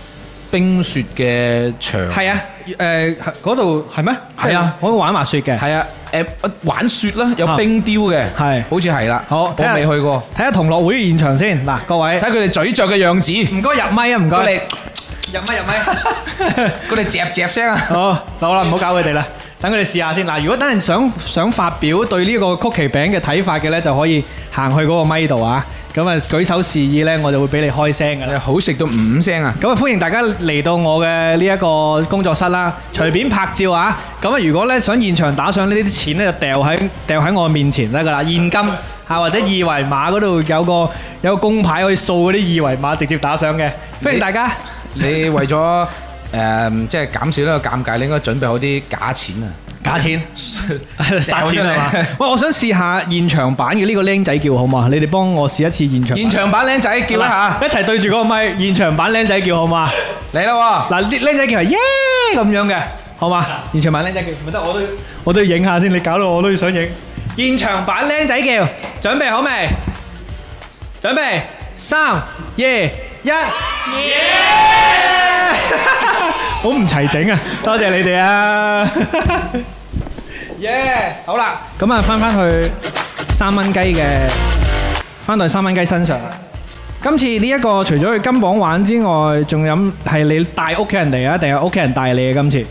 C: 冰雪嘅場。
D: 係啊，誒嗰度係咩？
C: 係啊
D: 即係可以玩滑雪嘅。
C: 係啊，誒玩雪啦，有
D: 啊
C: 冰雕嘅，
D: 係
C: 好似係啦。
D: 好睇
C: 我
D: 下
C: 未去過，
D: 睇下同樂會現場先，嗱各位
C: 睇，佢哋咀嚼嘅樣子，
D: 唔該入咪啊，唔該
C: 佢哋
D: 入咪入咪。
C: 佢哋嚼嚼聲啊！
D: 好，好啦，唔好搞佢哋啦，等佢哋試下先。嗱，如果等人想想發表對呢個曲奇餅嘅睇法嘅呢，就可以行去嗰個咪度啊。咁啊，舉手示意呢，我就會俾你開聲噶啦。
C: 好食到五聲啊！
D: 咁啊，歡迎大家嚟到我嘅呢一個工作室啦，隨便拍照啊！咁啊，如果咧想現場打賞呢啲錢咧，就掉喺掉喺我面前得噶啦，現金啊或者二維碼嗰度有個有個公牌可以掃嗰啲二維碼直接打賞嘅，歡迎大家。
C: 你為咗誒即係減少呢個尷尬，你應該準備好啲假錢啊！
D: 假 錢殺錢係啊嘛？喂，我想試下現場版嘅呢個僆仔叫好嘛？你哋幫我試一次現場版。
C: 現場版靚仔叫一啊下，
D: 嗱一齊對住嗰個咪，現場版僆仔叫好嘛？
C: 嚟啦
D: 嗱，啲僆仔叫係耶咁樣嘅，好嘛？現場版僆仔叫，唔得我都要我都要影下先，你搞到我都要想影。現場版僆仔叫，準備好未？準備，三、二、一。 好唔齊整啊！多謝你哋啊！耶，好啦，咁啊，翻翻去三蚊雞嘅，翻到去三蚊雞身上啦。今次呢一個除咗去金榜玩之外，仲有係你帶屋企人嚟啊，定係屋企人帶你嘅今次？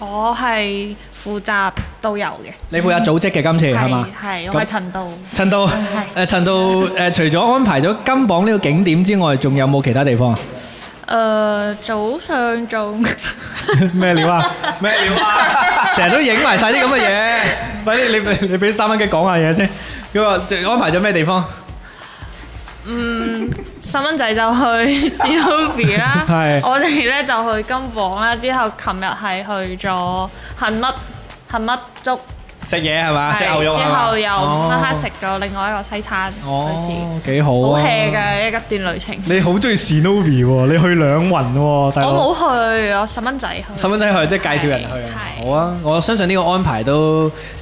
E: 我係負責導遊嘅，
D: 你負責組織嘅今次係
E: 係
D: 嘛？
E: 係，我係
D: 咁
E: 陳導。
D: 陳導，誒陳導誒，除咗安排咗金榜呢個景點之外，仲有冇其他地方啊？
E: 誒早上仲
D: 咩料啊？咩料啊？成日都影埋晒啲咁嘅嘢，快啲你俾你俾三蚊雞講下嘢先。佢話安排咗咩地方？
E: 細蚊仔就去 s i l v i 啦
D: 係，
E: 我哋咧就去金榜啦，之後琴日係去咗杏乜杏乜粥，
D: 食嘢係嘛？食牛肉
E: 之
D: 係嘛
E: 後又
D: 哦
E: 晚黑食咗另外一個西餐，好似
D: 哦，幾好
E: 好
D: 啊！
E: hea 嘅一段旅程。
D: 你好中意 Snowy 喎，你去兩雲喎，大佬。
E: 我冇去，我細蚊仔去。
D: 細蚊仔去，即係介紹人去啊。
E: 係
D: 好啊，我相信呢個安排都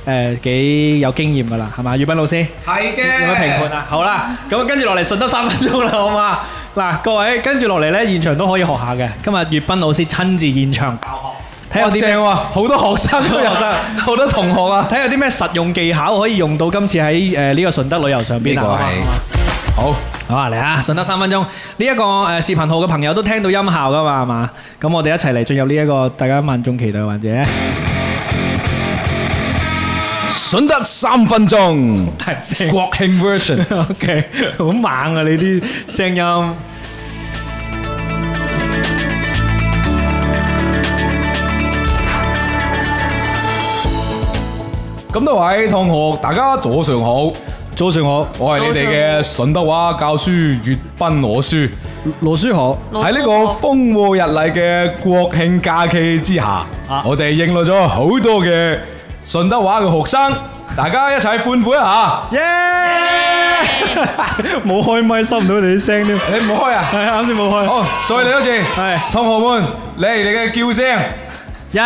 D: 誒幾有經驗㗎啦，係嘛？宇斌老師。
C: 喎，係
D: 有乜評判啊？好啦，咁跟住落嚟順德三分鐘啦，好嘛？嗱，各位跟住落嚟咧，現場都可以學下嘅。今日粵斌老師親自現場教學，睇有啲咩
C: 正喎
D: 好多學生都有 生，
C: 好多同學啊，
D: 睇有啲咩實用技巧可以用到今次喺誒呢個順德旅遊上邊
C: 呢
D: 啊。
C: 個
D: 好嘛
C: 係好。
D: 好啊，嚟啊！順德三分鐘呢一個誒視頻號嘅朋友都聽到音效噶嘛，係嘛？咁我哋一齊嚟進入呢一個大家萬眾期待嘅環節。
C: 順德三分鐘，
D: 大聲
C: 國慶 version。
D: ，OK，好猛啊！你啲聲音。
C: 咁多位同學，大家早上好，早上好，我係你哋嘅順德話教書粵賓羅書。
D: 羅書豪，
C: 喺呢個風和日麗嘅國慶假期之下，我哋迎來咗好多嘅順德話嘅學生，大家一齊歡呼一下！
D: 耶！ 冇開咪收唔到你啲聲添，
C: 你唔好開啊！
D: 係啊啱先冇開。
C: 好，再嚟一次，
D: 係
C: 同學們，你哋嘅叫聲，
D: 一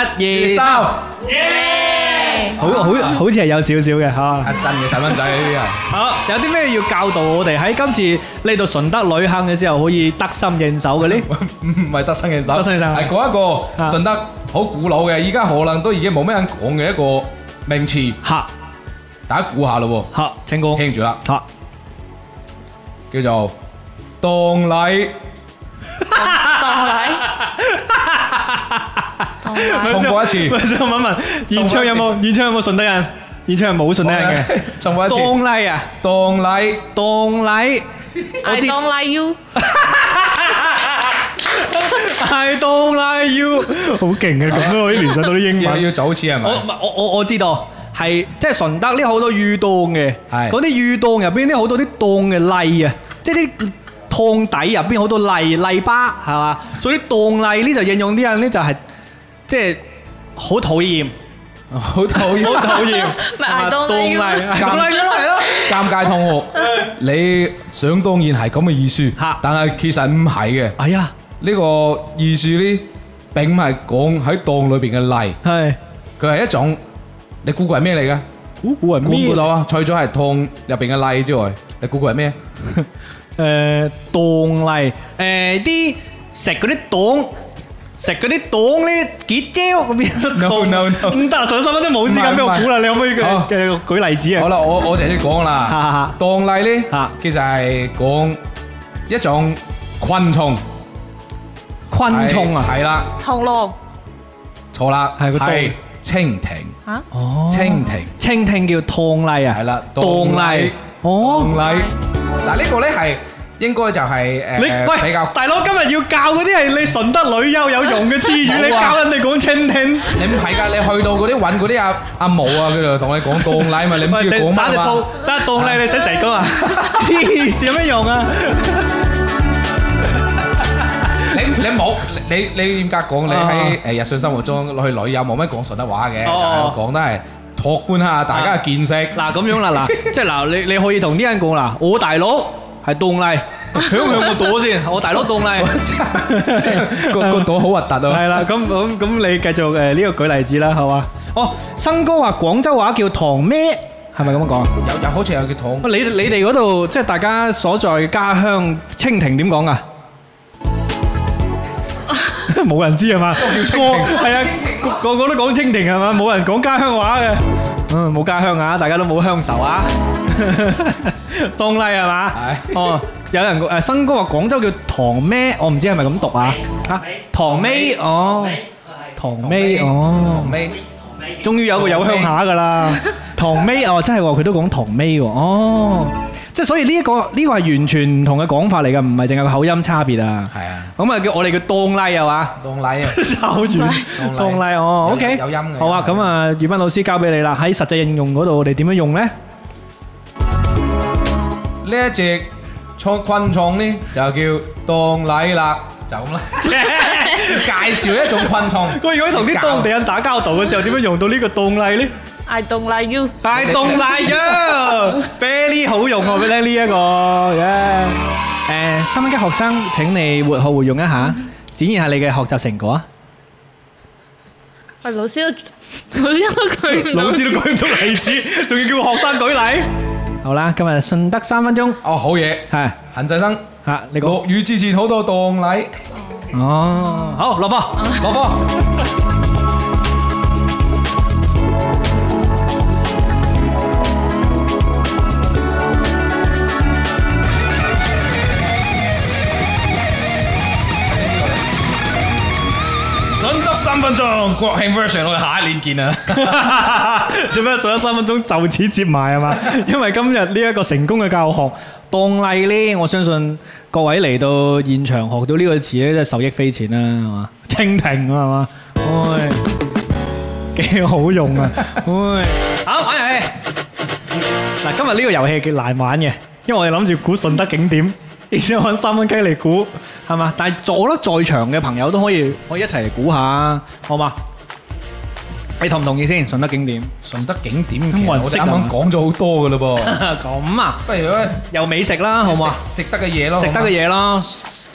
C: 三，
D: 二三，
C: 阿
D: 好好好似係有少少嘅嚇。
C: 真嘅細蚊仔呢啲啊！
D: 好，有啲咩要教導我哋喺今次嚟到順德旅行嘅時候可以得心應手嘅呢？
C: 唔係得生應手，
D: 得心應手
C: 係講一個順德好古老嘅，依家可能都已經冇咩人講嘅一個名詞，
D: 嚇
C: 大家估下咯
D: 嚇，請
C: 喎，
D: 講
C: 聽住啦，
D: 嚇。
C: 叫做當禮，
E: 同埋
C: 重播一次
D: 我，想問問現場有冇現場有冇順德人？現場係冇順德人嘅。
C: 重播一次
D: 當，禮啊，
C: 當禮，
D: 當禮， 我
E: I
D: 知
E: don't like you，
D: 係當禮要好勁嘅，咁都可以聯想到啲英
C: 要
D: 文。
C: 要走詞係
D: 我
C: 咪？
D: 我我我知道，係即係順德呢好多魚檔嘅，
C: 係
D: 嗰啲魚檔入邊呢好多啲檔嘅例啊，即係啲湯底
A: 啊
D: 入邊好多例例巴係嘛，所以啲檔例呢就應用啲人呢就係即係好討厭，
C: 好討厭，
D: 好討 厭，
E: 咪 I
D: 檔
E: don't
D: 例
E: like
D: 係 例咁
E: you，
D: 嚟咯。
C: 尷尬同學，你想當然係咁嘅意思
D: 嚇，
C: 但係其實唔係嘅，
D: 哎呀，
C: 呢個意思呢，並唔係講喺檔裏邊嘅禮，
D: 係
C: 佢係一種，你估計係咩嚟㗎？
D: 估估係
C: 估唔
D: 咩
C: 估？到啊？除咗係痛入邊嘅例之外，你估佢係咩？
D: 誒檔例誒啲食嗰啲檔。食嗰啲檔咧結焦咁樣
C: No, no, no.
D: 唔得啦！上三分鐘冇時間俾我估啦，你可唔可以
C: 好
D: 繼續舉例子啊？
C: 好啦，我我就先 講啦。
D: 啦，
C: 當例呢
D: 啊，
C: 其實係講一種昆蟲。
D: 昆蟲啊，
C: 係啦，
E: 螳螂
C: 錯啦，
D: 係個檔
C: 係蜻蜓。
E: 嚇，
D: 哦
C: 蜻蜓
D: 蜻蜓叫螳麗
A: à?
D: 啊，
C: 係啦，
D: 當例哦
C: 當。例。嗱呢個呢係應該就係
D: 你
C: 誒比
D: 喂
C: 較，
D: 大佬今日要教嗰啲係你順德女優有用嘅詞語，你
C: 冇啊
D: 教人哋講蜻蜓，
C: 你唔係㗎，你去到嗰啲揾嗰啲阿阿毛啊，佢就同你講當例嘛，你唔知佢講
D: 揸
C: 乜
D: 隻
C: 嘛
D: 螳。揸螳麗，你使成
A: à?
D: 功啊？黐線有咩用啊？
C: 你唔你冇你你嚴格講，你喺誒日常生活中落去旅遊冇乜講順德話嘅，但係我講得係拓寬下大家嘅見 識。
A: 嗱咁樣啦，嗱，即係嗱，你你可以同啲人講啦，我大佬係凍嚟，響響個朵先， 我大佬凍嚟，
C: 個個朵好核突 啊！
A: 係啦，咁咁咁，你繼續誒呢個舉例子啦，好嘛？哦，生哥話廣州話叫糖咩？係咪咁樣講啊？
C: 有有好似有叫糖，
A: 你你哋嗰度即係大家所在家鄉蜻蜓點講 啊？冇人知係嘛？個係啊，個個個都講蜻蜓係嘛？冇人講家鄉話嘅。嗯，冇家鄉啊，大家都冇鄉愁 啊。當例係嘛？哦，有人誒新哥話廣州叫糖咩？我唔知係咪咁讀啊？嚇，糖尾哦，糖尾哦
C: 糖。尾
A: 終於有個有鄉下噶啦，唐尾哦，真係喎，佢都講唐尾喎，哦，即係所以呢一個呢個係完全唔同嘅講法嚟㗎，唔係淨係個口音差別啊。
C: 係啊，
A: 咁啊叫我哋叫當拉係嘛？
C: 當禮啊，
A: 手語當拉哦 ờ,
C: 有
A: ，OK，Ờ, à,
C: 有音嘅
A: 好啊，咁啊，宇斌老師交俾你啦，喺實際應用嗰度，我哋點樣用呢？
C: 呢一隻創昆蟲呢就叫當禮啦，就咁啦。介紹一種昆蟲，
A: 佢如果同啲當地人打交道嘅時候，點樣用到呢個當拉呢？
E: I don't like you。
A: 大動大咗，Billy 好用我俾你呢一個嘅。誒，新一級學生，請你活學活用一下，展現下你嘅學習成果啊！
E: 喂，老師 都老師都舉唔到。
A: 老師都舉唔到例子，仲要叫學生舉例。好啦，今日順德三分鐘，
C: 哦好嘢，
A: 係
C: 痕仔生
A: 嚇你講
C: 落雨之前好多當禮，
A: 哦，好落波。
C: 落波。
H: 順德三分鐘，國慶 version 我哋下一年見啊！
A: 做咩上咗三分鐘就此接埋 係嘛？因為今日呢一個成功嘅教學當例呢，我相信各位嚟到現場學到呢個詞咧，真係受益匪淺啦，係嘛？ 蜻蜓啊，係嘛？唉， 幾好用啊！唉，好玩遊戲。嗱，今日呢個遊戲幾難玩嘅，因為我哋諗住估順德景點，而且揾三蚊雞嚟估，係嘛？但 係我覺得在場嘅朋友都可以，可以一齊嚟估下，好嘛？你同唔同意先？順德景點。
C: 順德景點其實
A: 冇人
C: 我
A: 識
C: 哋
A: 啊
C: 啱啱講咗好多噶嘞噃，
A: 咁啊，
C: 不如咧
A: 有美食啦，好
D: à.
A: 嘛？
C: 食得嘅嘢咯，
A: 食得嘅
C: 嘢
A: 嘢啦，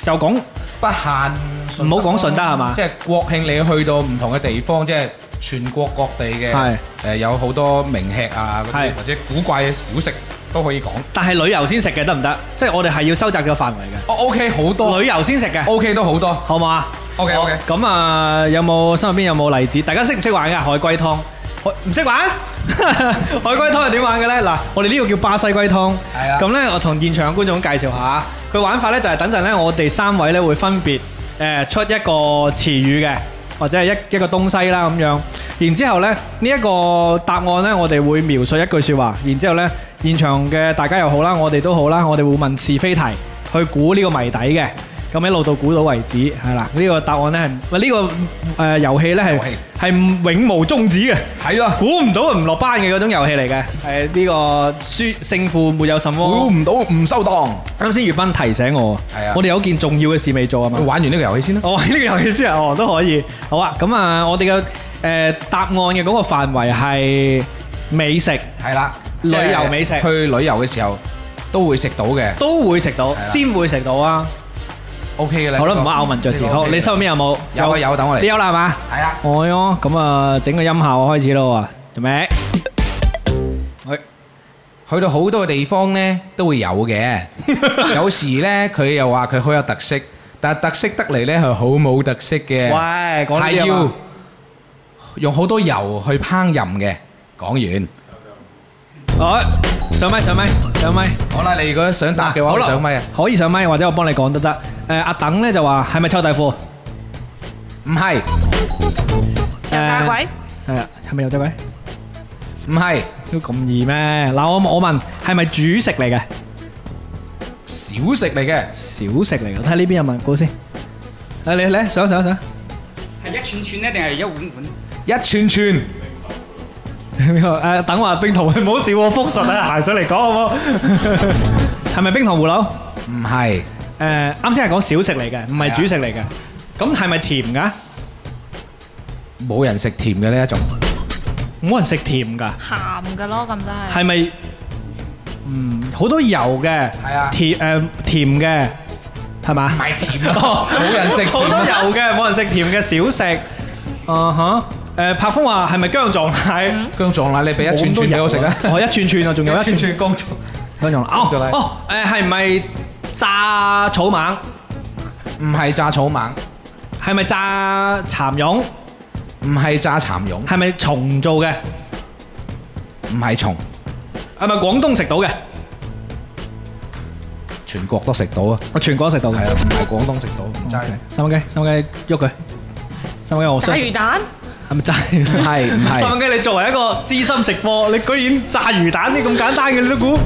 A: 就講
C: 不限，
A: 唔好講順德係嘛
C: 即係國慶你去到唔同嘅地方，即係全國各地
A: 係
C: 嘅，誒有好多名吃啊，嗰
A: 係
C: 啲或者古怪嘅小食都可以講。
A: 但係旅遊先食嘅得唔得？即係我哋係要收窄個範圍嘅，
C: 哦，OK 好多
A: 旅遊先食嘅，
C: ，OK 都好多
A: 好嘛
C: ，OK OK
A: 好咁啊，有冇心入邊有冇例子？大家識唔識玩㗎？海龜湯，海唔識玩？ 海龜湯係點玩嘅呢？嗱，我哋呢個叫巴西龜湯。
C: 係啊
A: 咁呢，我同現場嘅觀眾介紹下，佢玩法呢就係等陣呢，我哋三位呢會分別誒出一個詞語嘅，或者係一一個東西啦咁樣。然之後呢，呢一個答案呢，我哋會描述一句説話。然之後呢，現場嘅大家又好啦，我哋都好啦，我哋會問是非題去估呢個謎底嘅。咁一路到估到為止，係啦。呢、個答案呢，係，呢、個誒遊戲呢，係
C: 遊戲
A: 係永無終止嘅。
C: 係啦，
A: 估唔到唔落班嘅嗰種遊戲嚟嘅，係呢個輸勝負沒有什
C: 估
A: 麼。
C: 唔到唔收檔。
A: 啱先月斌提醒我，
C: 係啊
A: 我哋有件重要嘅事未做啊嘛
C: 玩。完呢個遊戲先啦，
A: 我玩呢個遊戲先啊，哦都可以。好啊，咁啊，我哋嘅誒答案嘅嗰個範圍係美食，
C: 係啦，
A: 旅遊
C: 即係
A: 美食
C: 去旅遊嘅時候都會食到嘅
A: 都會食到，
C: 啦
A: 先會食到啊。
C: ，OK 嘅啦。
A: 好啦，
C: 呢
A: 唔
C: 個
A: 好咬文嚼字。
C: 呢個
A: 好，
C: OK 嘅
A: 你心入面有冇？
C: 有啊有，等我
A: 你
C: 嚟。
A: 有啦係嘛？
C: 係啦，
A: 哦哟，咁啊，整個音效開始咯喎，做咩？喂，
C: 去到好多嘅地方呢，都會有 嘅。有時呢，佢又話佢好有特色，但係特色得嚟呢，係好冇特色嘅。
A: 喂，講呢
C: 係
A: 啲啊
C: 要
A: 嘛
C: 用好多油去烹飪嘅。講完，
A: 好，上咪上咪上咪。
C: 好啦，你如果想答嘅話，
A: 好
C: 我
A: 啦
C: 上咪啊？
A: 可以上咪，或者我幫你講都得。誒，阿等咧就話係咪臭豆腐？
C: 唔係，
E: 油炸鬼，
A: 係啊，係咪有隻鬼？
C: 唔係
A: 都咁易咩？嗱，我我問係咪主食嚟嘅？
C: 小食嚟嘅，
A: 小食嚟嘅，睇下呢邊有問過 先。誒，你嚟上上上，
C: 一串串
A: 誒等話冰 糖，唔好笑我復述啊，行上嚟講好唔好？係咪冰糖葫蘆？
C: 唔係，
A: 誒啱先係講小食嚟嘅，唔係主食嚟嘅。咁係咪甜㗎？
C: 冇人食甜嘅呢一種，
A: 冇人食甜㗎，
E: 鹹嘅咯，咁真係。
A: 係咪？嗯，好多油嘅，
C: 係啊
A: 甜誒甜嘅，係嘛？
C: 太甜啦，
A: 哦
C: 冇人食甜
A: 好多油嘅，冇人食甜嘅小食。啊哈！誒，柏峰話係咪姜撞奶？
C: 姜撞奶你俾一串串俾我食啊！
A: 我一串串啊，仲有一串
C: 串姜撞，
A: 姜撞奶。
C: 咗
A: 哦
C: 啦
A: 哦，誒係咪炸草蜢？
C: 唔係炸草蜢，
A: 係咪炸蠶蛹？
C: 唔係炸蠶蛹，
A: 係咪蟲做嘅？
C: 唔係蟲，
A: 係咪廣東食到嘅？
C: 全國都食到啊！
A: 我全港食到嘅
C: 係。啊，唔係廣東食到，唔齋嘅，
A: 三蚊雞，三蚊雞喐佢，三蚊雞我
E: 炸
A: 相
E: 魚
A: 信
E: 蛋？
A: 係咪炸？唔
C: 係唔係
A: 三蚊雞你作為一個資深食貨，你居然炸魚蛋啲咁簡單嘅你都估？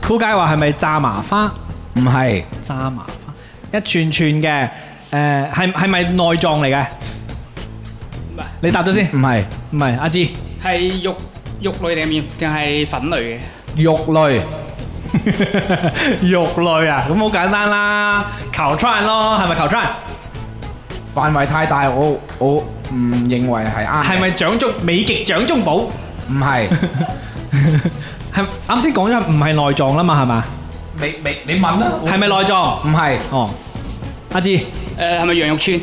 A: 酷街話係咪炸麻花？
C: 唔係
A: 炸麻花一串串嘅，誒係係咪內臟嚟嘅？你答咗先
C: 唔，係
A: 唔係阿芝，
F: 係肉肉類定係面定係粉類嘅？
C: 肉類，
A: 肉類啊，咁好簡單啦，烤串咯，係咪烤串？
C: 範圍太大，我我唔認為係啱嘅。
A: 係咪掌中美極掌中寶？
C: 唔係？
A: 係啱先講咗唔係內臟啦嘛，係嘛？
C: 你你你問啦，我
A: 係咪內臟？
C: 唔係
A: 哦，阿志，
F: 誒係咪羊肉串？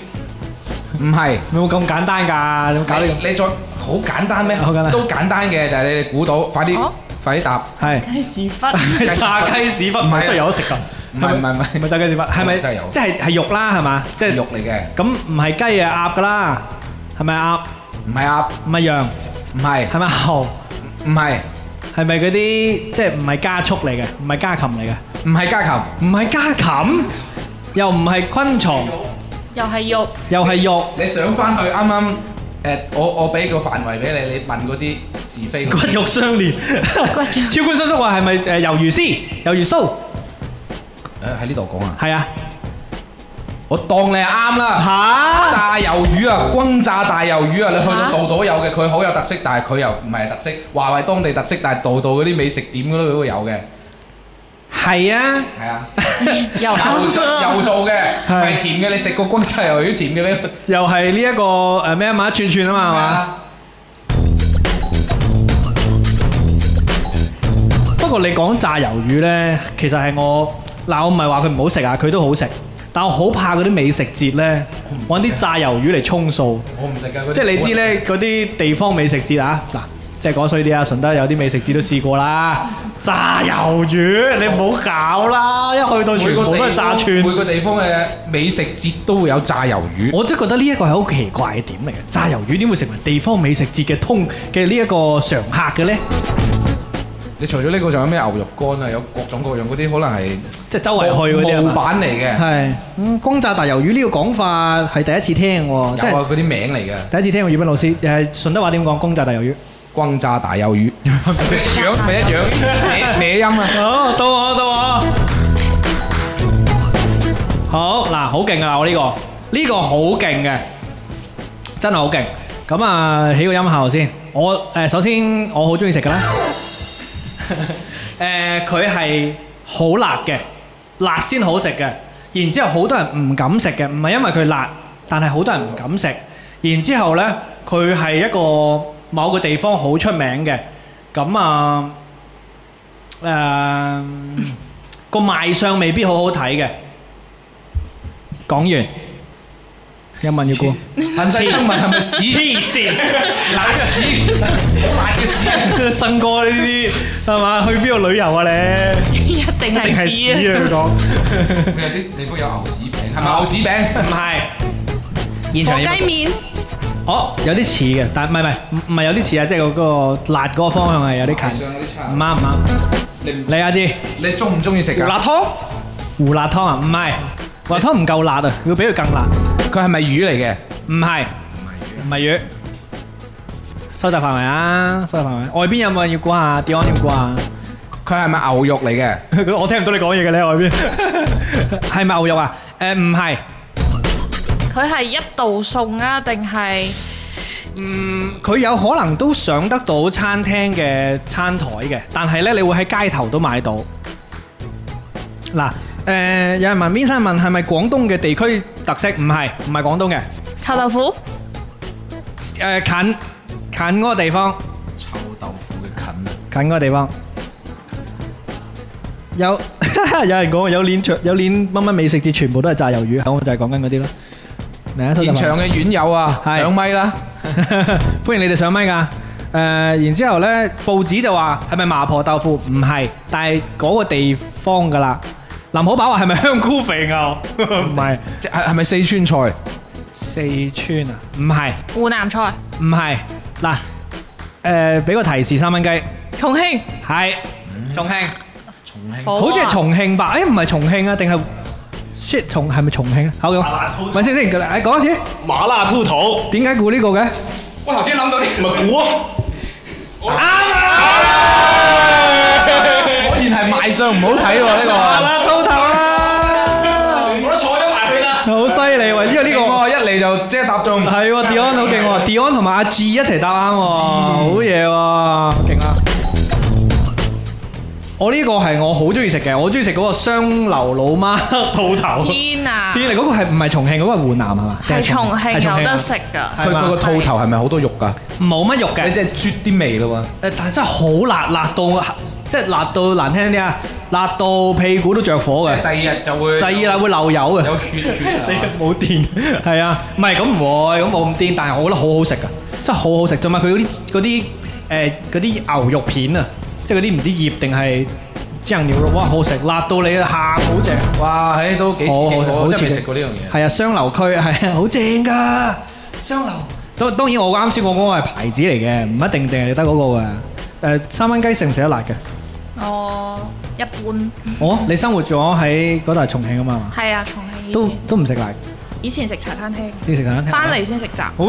C: 唔係。
A: 有冇咁簡單㗎？有冇搞
C: 搞
A: 呢
C: 你
A: 咁？
C: 你再好簡單咩？
A: 好簡單
C: 都簡單嘅，但係你哋估到，快啲
E: 哦
C: 快啲答。
A: 係
E: 雞屎忽？
A: 炸雞屎忽，唔
C: 唔係
A: 係
C: 啊
A: 真係有得食㗎？
C: 唔係唔係唔係
A: 唔係炸雞屎忽，係咪
C: 真係有
A: 即係係肉啦？係嘛？即
C: 即
A: 係
C: 係肉嚟嘅，
A: 咁唔係雞啊鴨㗎啦，係咪鴨？
C: 唔係鴨，
A: 唔係羊，
C: 唔係
A: 係咪牛？
C: 唔係
A: 係咪嗰啲即係唔係加速嚟嘅，唔係家禽嚟嘅，
C: 唔係家禽，
A: 唔係家禽，又唔係昆蟲，
E: 又係肉，
A: 又係肉。
C: 你上翻去啱啱誒，我我俾個範圍俾你，你問嗰啲是非嗰
A: 骨
C: 啲。
A: 肉相連，
E: 肉
A: 超官叔叔話係咪誒魷魚絲、魷魚須？
C: 誒喺呢度講啊，
A: 係啊，
C: 我當你係啱啦。
A: 嚇！
C: 炸魷魚啊，轟炸大魷魚啊，你去到度度都有嘅，佢好有特色，但係佢又唔係特色，話為當地特色，但係度度嗰啲美食點嗰度都會有嘅，
A: 係啊，
C: 係啊。
E: 又
C: 又做 又做嘅，
A: 係
C: 係甜嘅。你食過轟炸魷魚甜嘅咩？
A: 又係呢一個誒咩啊嘛，一串串啊嘛，係嘛？不過你講炸魷魚呢，其實係我嗱，我唔係話佢唔好食啊，佢都好食，但我好怕嗰啲美食節呢，揾啲炸魷魚嚟充數。
C: 我唔食㗎。嗰啲
A: 即係你知咧，嗰啲地方美食節啊，嗱，即係講衰啲啊，順德有啲美食節都試過啦，炸魷魚，你唔好搞啦，一去到
C: 每個
A: 全
C: 地方，
A: 部都係炸串，
C: 每個地方嘅美食節都會有炸魷魚。
A: 我真係覺得呢一個係好奇怪嘅點嚟嘅，炸魷魚點會成為地方美食節嘅通嘅呢一個常客嘅呢？
C: 你除咗呢個，仲有咩牛肉乾啊？有各種各樣嗰啲，可能係
A: 即係周圍去嗰啲啊
C: 模
A: 嘛。
C: 板嚟嘅，
A: 係，嗯，轟炸大魷魚呢個講法係第一次聽喎，即
C: 有
A: 係
C: 啊嗰啲名嚟嘅，
A: 第一次聽葉斌老師誒順德話點講轟炸大魷魚？
C: 轟炸大魷魚，樣咪一樣，歪歪音啊！
A: 好，到我，到我。好嗱，好勁啊！我呢個呢個好勁嘅，真係好勁。咁啊，起個音效先。我誒首先我好中意食嘅啦。 誒，佢係好辣嘅，辣先好食嘅。然之後好多人唔敢食嘅，唔係因為佢辣，但係好多人唔敢食。然之後呢，佢係一個某個地方好出名嘅。咁啊〜誒個賣呃相未必好好睇嘅。講完，有問要估，
C: 陳世生問係咪屎？
A: 黐線，
C: 辣屎，辣嘅屎。
A: 新哥呢啲係嘛？去邊度旅遊啊你？
E: 一定
A: 定係
E: 係
A: 屎啊！
E: 屎啊！
A: 佢講
C: 佢有啲地方有牛屎餅，係咪牛屎餅？
A: 唔係。現
E: 火
A: 場有
E: 雞面，
A: 哦，有啲似嘅，但唔係唔係唔係有啲似啊，即係嗰個辣嗰個方向係有啲近，
C: 上嗰啲差
A: 唔。啱唔啱？
C: 你
A: 你阿芝
C: 你中唔中意食
A: 胡
C: 㗎？
A: 辣湯，胡辣湯啊？唔係，胡辣湯唔夠辣啊，要比佢更辣。
C: 佢係咪魚嚟嘅？
A: 唔係，唔係魚。收集範圍啊，收集範圍。外邊有 冇人要估下？Dion 要估下？
C: 佢係咪牛肉嚟嘅？
A: 我聽唔到你講嘢嘅咧，外邊係咪牛肉啊？誒唔係，
E: 佢係一道餸啊，定係
A: 嗯，佢有可能都上得到餐廳嘅餐台嘅，但係咧，你會喺街頭都買到。嗱，诶，有人問邊山問係咪廣東嘅地區特色？唔係，唔係廣東嘅。
E: 臭豆腐，
A: 诶，近近嗰個地方，
C: 臭豆腐嘅近啊，
A: 近嗰個地方。有 有人講有鏈長有鏈乜乜美食節，全部都係炸魷魚，我就係講緊嗰啲咯。嚟啊，收集
C: 現
A: 埋
C: 場嘅院友啊，
A: 係
C: 上咪啦，
A: 歡迎你哋上麥噶。誒、然之後呢，報紙就話係咪麻婆豆腐？唔係，但係嗰個地方噶啦。林好飽話係咪香菇肥 牛？唔係，
C: 即係係咪四川菜？
A: 四川啊？唔係，
E: 湖南菜，
A: 唔係。嗱，誒、俾個提示三蚊雞，
E: 重慶
A: 係重慶，
E: 火鍋
A: 好似係重慶吧？誒、唔係重慶啊，定係 shit 重係咪重慶啊？好咁，咪先先，誒講一次，
G: 麻辣兔頭，
A: 點解估呢個嘅？
I: 我頭先諗到啲
G: 咪估啊！
C: 果然係賣相唔好睇喎呢
A: 啦，到頭啦，
G: 冇得坐得埋去啦。
A: 好犀利喎！呢個
C: 個，
A: 呢
C: 呢
A: 個。
C: 個一嚟就即係答中。
A: 係喎，Dion 好勁喎，Dion 同埋阿志一齊答啱喎，好嘢喎，勁啊！我呢個係我好中意食嘅，我中意食嗰個雙流老媽 兔頭。
E: 天啊，
A: 天嚟嗰個係唔係重慶嗰個係湖南係嘛？定
E: 係重慶
A: 係
E: 有
A: 啊
E: 得食㗎，
C: 佢
A: 係嘛
C: 佢個兔頭係咪好多肉㗎？
A: 冇乜肉嘅，
C: 你
A: 誒
C: 真係啜啲味嘞喎！
A: 但係真係好辣，辣到即係辣到難聽啲啊，辣到屁股都着火嘅。
C: 第二日就會
A: 第二啦會漏油嘅。
C: 有血
A: 死
C: 血啊
A: 啦冇電，係啊，唔係咁唔會，咁冇咁癲，但係我覺得好好食噶，真係好好食，同埋佢嗰啲嗰啲誒嗰啲牛肉片啊，即係嗰啲唔知醃定係醬牛肉，哇，好食，辣到你喊好正，
C: 哇！唉，都幾刺激，
A: 好好
C: 我真
A: 刺
C: 係未
A: 激
C: 食過呢樣嘢。
A: 係啊，雙流區係啊，好正噶，雙流。當當然我啱先我講個係牌子嚟嘅，唔一定淨係得嗰啊個嘅。誒三蚊雞食唔食得辣嘅？
E: 我一般
A: 哦，你生活咗喺嗰度係重慶啊嘛，係嘛
E: 係啊，重慶以前
A: 都都唔食辣，
E: 以前食茶餐廳，
A: 你食緊
E: 翻嚟先食雜，
A: 好。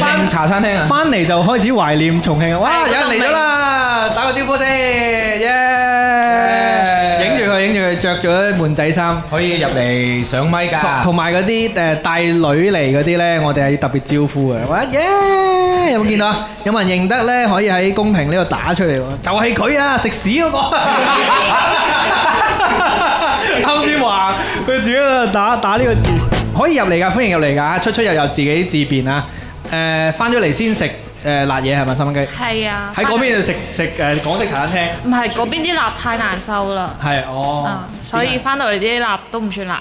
C: 翻茶餐廳啊！
A: 翻嚟就開始懷念重慶啊！哇，
E: 係
A: 有人嚟咗啦，打個招呼先，耶！影住佢，影住佢，着咗悶仔衫。
C: 可以入嚟上咪
A: 同
C: 㗎，
A: 同埋嗰啲誒帶女嚟嗰啲呢，我哋係特別招呼嘅。哇耶！有冇見到啊？有冇人認得呢？可以喺公屏呢度打出嚟喎。就係佢啊，食屎嗰個。 啱先話佢自己喺度打打呢個字，可以入嚟㗎，歡迎入嚟㗎，出出入入自己自便啊。誒，翻咗嚟先食誒辣嘢係咪？三蚊雞
E: 係啊，
A: 喺嗰邊就食食誒港式茶餐廳。
E: 唔係嗰邊啲辣太難受啦，
A: 係哦
E: 啊，，所以翻到嚟啲辣都唔算辣，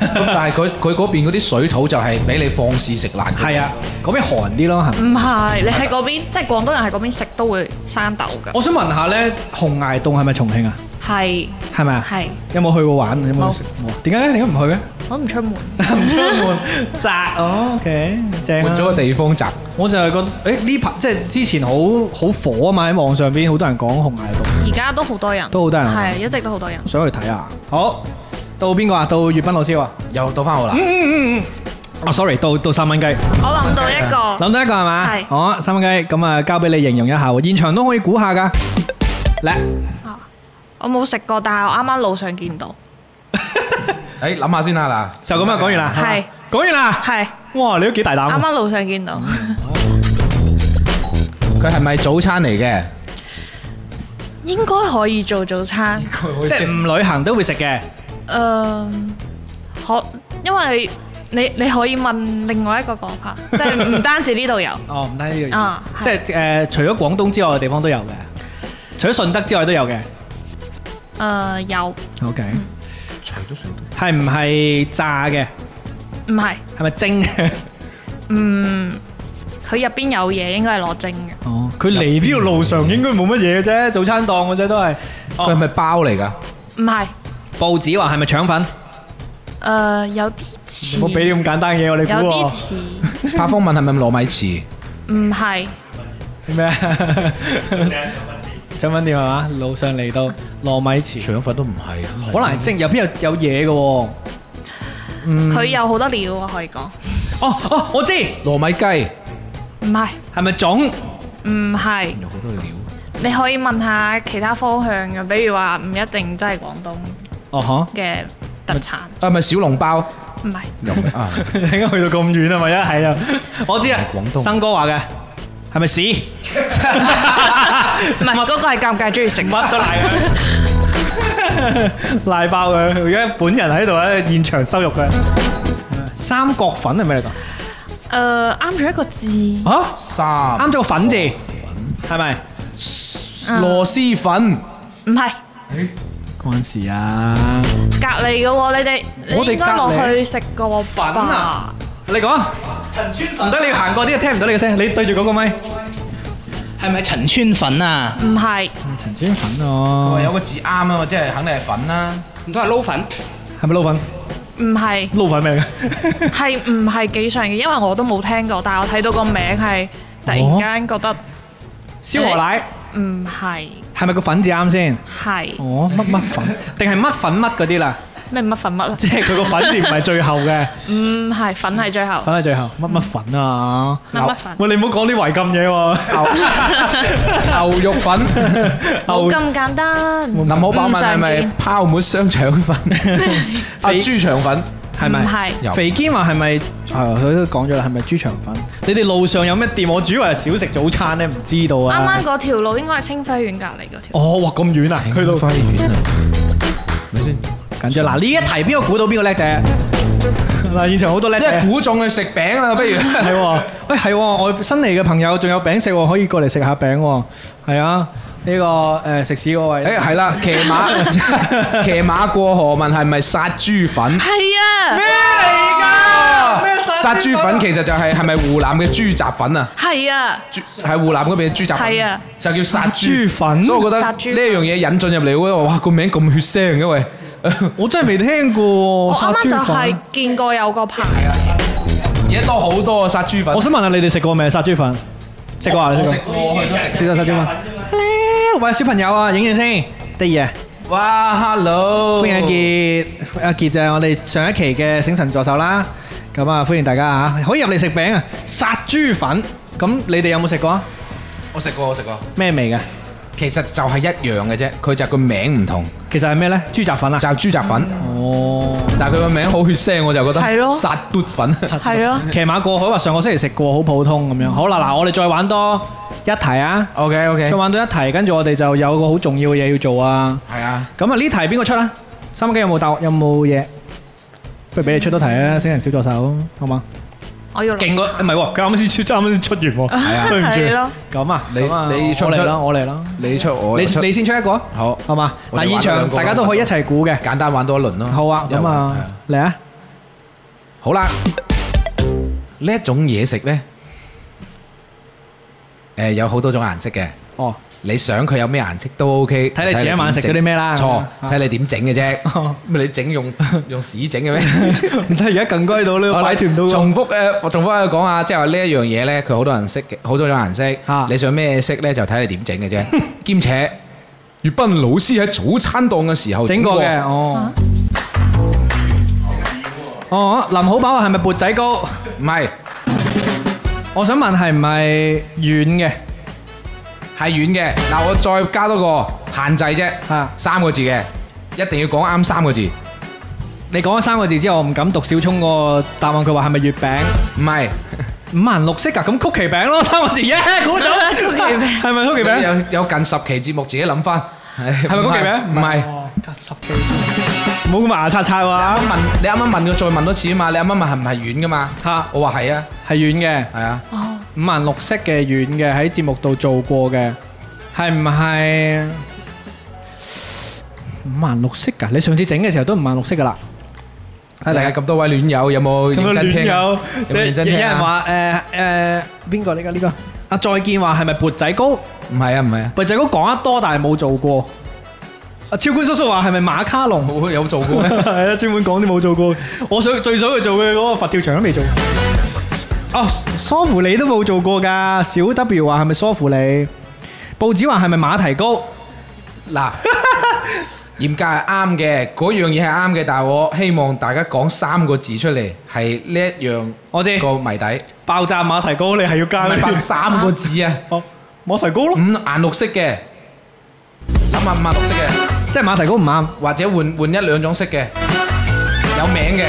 C: 咁但係 佢佢嗰邊嗰啲水土就係俾你放肆食辣嘅。
A: 係啊，嗰邊寒啲咯，係咪？
E: 唔係你喺嗰邊，即係廣東人喺嗰邊食都會生痘㗎，
A: 我想問下咧，紅崖洞係咪重慶啊？
E: 係
A: 係咪啊？
E: 係，
A: 有冇去過玩？有冇
E: 冇
A: 食？冇啊。點解咧？點解唔去 咧？
E: 我都唔出門，
A: 唔出 門宅哦，OK，正
C: 換咗個
A: 啊！
C: 地方宅，
A: 我就係覺得，誒呢排即係之前好好火啊嘛，喺網上邊好多人講紅崖洞，
E: 而家都好多人，
A: 都好多人
E: 係一直都 好多人，
A: 想去睇下。好，到邊個啊？到粵斌老師啊？
C: 又到翻我啦。
A: 嗯嗯嗯。哦，sorry，到到三蚊雞，
E: 我諗到一個
A: 諗到一個係嘛？
E: 係
A: 好，三蚊雞，咁啊交俾你形容一下喎，現場都可以估下㗎。嚟，
E: 我冇食過，但係我啱啱路上見到，
C: 誒諗下先啦嗱，
A: 就咁啊，講完啦，
E: 係
A: 講完啦，
E: 係
A: 哇，你都幾大膽
E: 啱
A: 喎。
E: 啱路上見到，
C: 佢係咪早餐嚟嘅？
E: 應該可以做早餐。
A: 即係唔旅行都會食嘅。
E: 誒，可因為你你可以問另外一個講法，即係唔單止呢 度有，
A: 哦，唔單止呢樣
E: 啊
A: 嘢，即係誒，除咗廣東之外嘅地方都有嘅，除咗順德之外都有嘅。
E: 誒呃有
A: OK，除咗順德，係唔係炸嘅？
E: 唔係，
A: 係咪蒸嘅？
E: 嗯，佢入邊有嘢應該係攞蒸嘅，
A: 哦， 佢嚟呢條路上應該冇乜嘢嘅啫，早餐檔嘅啫都係。
C: 佢係
A: 哦，
C: 咪包 嚟㗎？
E: 唔係
A: 報紙話係咪腸粉？
E: 誒有啲似，
A: 唔好俾啲咁簡單嘅嘢我哋
E: 有
A: 估
E: 啲
A: 喎。
E: 似，
C: 柏峰問係咪糯米糍？
E: 唔係
A: 咩啊？ 腸粉店係嘛？路上嚟到糯米糍，
C: 腸粉都唔係，
A: 可能係蒸，入邊有有嘢嘅喎。嗯
E: 佢有好多料啊，可以講，
A: 哦哦，我知，係
C: 糯米雞
E: 唔係
A: 咪粽？
E: 唔係，
C: 有好多料。
E: 你可以問下其他方向嘅，比如話唔一定真係廣東
A: 哦呵。
E: 嘅特產，
C: 啊，係咪小籠包？
E: 唔係
C: 又 唔係啊，
A: 點解去到咁遠啊？咪一係 啊！我知啊，
C: 廣東
A: 生哥話嘅係咪 屎？
E: 唔係嗰個係尷尬中意食，
A: 乜都賴佢。賴爆佢！而家本人喺度咧，現場羞辱佢。三角粉係咩嚟㗎？
E: 誒呃啱咗一個字，
A: 啊，
C: 三
A: 啱咗個粉字，係咪？
C: 螺蛳粉，
E: 唔係
A: 關事啊！
E: 隔離嘅喎，你哋
A: 我哋
E: 你應該落去食個
A: 粉啊
E: 吧？
A: 你講，唔得你要行過啲，聽唔到你嘅聲，你對住嗰個咪。
F: 係咪陳村粉啊？
E: 唔係，
A: 陳村粉哦
C: 喂，有個字啱啊，即係肯定係粉啦。
F: 唔通係撈粉？
A: 係咪撈粉？
E: 唔係，
A: 撈粉 咩嚟㗎？
E: 係唔係幾常嘅？因為我都冇聽過，但係我睇到個名係突然間覺得
A: 燒鵝奶
E: 唔係
A: 係咪個粉字啱先？
E: 係
A: 哦，乜乜粉，定係乜粉乜嗰啲啦？
E: 咩乜粉乜 啊？
A: 即係 佢個粉字唔係最後嘅，
E: 唔係粉係最 後
A: 粉係最後乜乜粉啊？
E: 乜乜粉，
A: 喂，你唔好講啲違禁嘢喎。
C: 牛肉粉，
E: 冇咁簡單，
C: 林好飽問係咪
E: 唔
C: 泡沫雙腸 粉？啊，豬腸粉
A: 係咪？
E: 係
C: 有
A: 肥堅話係咪？啊，佢都講咗啦，係咪豬腸粉？你哋路上有咩店？我主要係少食早餐咧，唔知道
E: 啱啱
A: 啊。
E: 嗰條路應該係清暉園隔離嗰條。
A: 哦，哇，咁遠啊，去到
C: 花園啊，咪先？
A: 緊張。嗱，呢一題邊個估到邊個叻啫？ 嗱，現場好多叻
C: 因為
A: 仔。
C: 估中佢食餅啦，不如。
A: 係喎，喂哎係喎，我新嚟嘅朋友仲有餅食喎，可以過嚟食下餅喎。係啊，呢個誒食肆嗰位。
C: 誒係啦，騎馬騎馬過河問係咪殺豬粉？
E: 係啊，
C: 殺豬粉其實就係係咪湖南嘅豬雜粉啊？
E: 係啊，
C: 豬喺湖南嗰邊嘅豬雜粉
E: 係啊，
C: 就叫殺
A: 豬
C: 豬
A: 粉
C: 所以我覺得
E: 殺
C: 呢
E: 豬粉
C: 一樣嘢引進入嚟嗰個，哇個名咁血腥嘅喂，
A: 我真係未聽過
E: 我
A: 殺
E: 啱啱就
A: 豬
E: 係
A: 粉。
E: 見過有個牌，
C: 而家多好多啊殺豬粉
A: 我。想問下你哋食過未殺豬粉？食過啊？你食過？
C: 我去咗食。
A: 食咗殺豬粉。咧，喂小朋友啊，影影先，得意啊！
C: 哇，hello！
A: 歡迎阿傑，阿傑就係我哋上一期嘅醒神助手啦。咁啊，歡迎大家嚇，可以入嚟食餅啊！殺豬粉，咁你哋有冇食過啊？
C: 我食過，我食過。
A: 咩味嘅？
C: 其實就係一樣嘅啫，佢就係個名唔同，
A: 其實係咩咧？豬雜粉啊！
C: 就係豬雜粉，
A: 哦。
C: 但係佢個名好血腥，我就覺得。
E: 係咯
C: 殺嘟粉。
E: 係咯，
A: 騎馬過海話上個星期食過，好普通咁樣。好啦，嗱，我哋再玩多一題啊！
C: OK
A: 再
C: OK。
A: 玩多一題，跟住我哋就有個好重要嘅嘢要做啊！
C: 係啊，
A: 咁啊，呢題邊個出啊？三雞有冇答？有冇嘢？不如俾你出多題啊！星人小助手，好嘛？
E: 我要
A: 勁過，唔係喎，佢啱啱先出，啱啱先出完喎。
C: 啊
A: 對唔
E: 係 咯
A: 住。咁啊，
C: 你
A: 咁啊
C: 你出唔
A: 我嚟
C: 出
A: 啦，我嚟啦。
C: 你出我
A: 你
C: 出，
A: 你先出一個啊，
C: 好
A: 好嘛？
C: 我哋
A: 嗱，現
C: 玩多兩
A: 場
C: 個
A: 大家都可以一齊估嘅。
C: 簡單玩多一輪咯。
A: 好啊，咁啊
C: 一輪係，
A: 嚟啊！
C: 好啦，呢一種嘢食呢，誒有好多種顏色嘅，
A: 哦，
C: 你想佢有咩顏色都 OK。
A: 睇你前一晚食咗啲咩啦
C: 錯，
A: 啊
C: 睇你點整嘅啫。咁你 整用用屎整嘅咩？
A: 唔得，而家更歸到呢 個
C: 好啦
A: 擺團都。
C: 重複誒，重複喺度講下，即係話呢一樣嘢呢，佢好多人識嘅，好多種顏色
A: 啊。
C: 你想咩色呢？就睇你點 整嘅啫。兼且，粵賓老師喺早餐檔嘅時候
A: 整過嘅，哦。哦，林好飽話係咪缽仔糕？
C: 唔係
A: 我想問係唔係軟嘅？
C: 係軟嘅。嗱，我再加多個限制啫。
A: 啊，
C: 三個字嘅，一定要講啱三個字。唔
A: 你講咗三個字之後，我唔敢讀小聰個答案，佢話係咪月餅？
C: 係，
A: 五顏六色㗎，咁曲奇餅咯， 三個字，耶， 估到。
E: 曲 奇餅
A: 係咪曲奇餅？
C: 有有近十期節目自己諗翻，係
A: 係咪曲奇餅？
C: 唔係，
A: 哦，隔十幾。唔好咁牙刷刷
C: 你啱
A: 喎，
C: 啱問，你啱啱問佢再問多次啊嘛，你啱啱問係唔係軟噶嘛？
A: 嚇
C: 我話係啊，
A: 係軟嘅，
C: 係啊，
E: 哦，
A: 五顏六色嘅軟嘅，喺節目度做過嘅，係唔係五顏六色㗎？你上次整嘅時候都五顏六色㗎啦。
C: 睇大家咁多位戀友有冇認真聽啊？有冇認真聽啊
A: 有人話誒誒邊個呢個呢個？阿再見話係咪缽仔糕？
C: 唔係啊，唔係啊，
A: 缽仔糕講得多，但係冇做過。阿超官叔叔話係咪馬卡龍？
C: 冇有 做 過咩？
A: 係啊，專門講啲冇做過。我想最想去做嘅嗰個佛跳牆都未做。哦，梳芙你都冇做過㗎。小 W 話係咪梳芙你？報紙話係咪馬蹄糕？
C: 嗱，嚴格係啱嘅，嗰樣嘢係啱嘅，但係我希望大家講三個字出嚟，係呢一樣
A: 我知
C: 個謎底，
A: 爆炸馬蹄糕，你係要
C: 唔
A: 加
C: 係
A: 呢
C: 發
A: 啲
C: 三個字啊！
A: 哦馬蹄糕
C: 五
A: 咯，
C: 顏六色嘅，諗下五顏六色嘅，
A: 即係馬蹄糕唔啱。
C: 或者換換一兩種色嘅，有名嘅，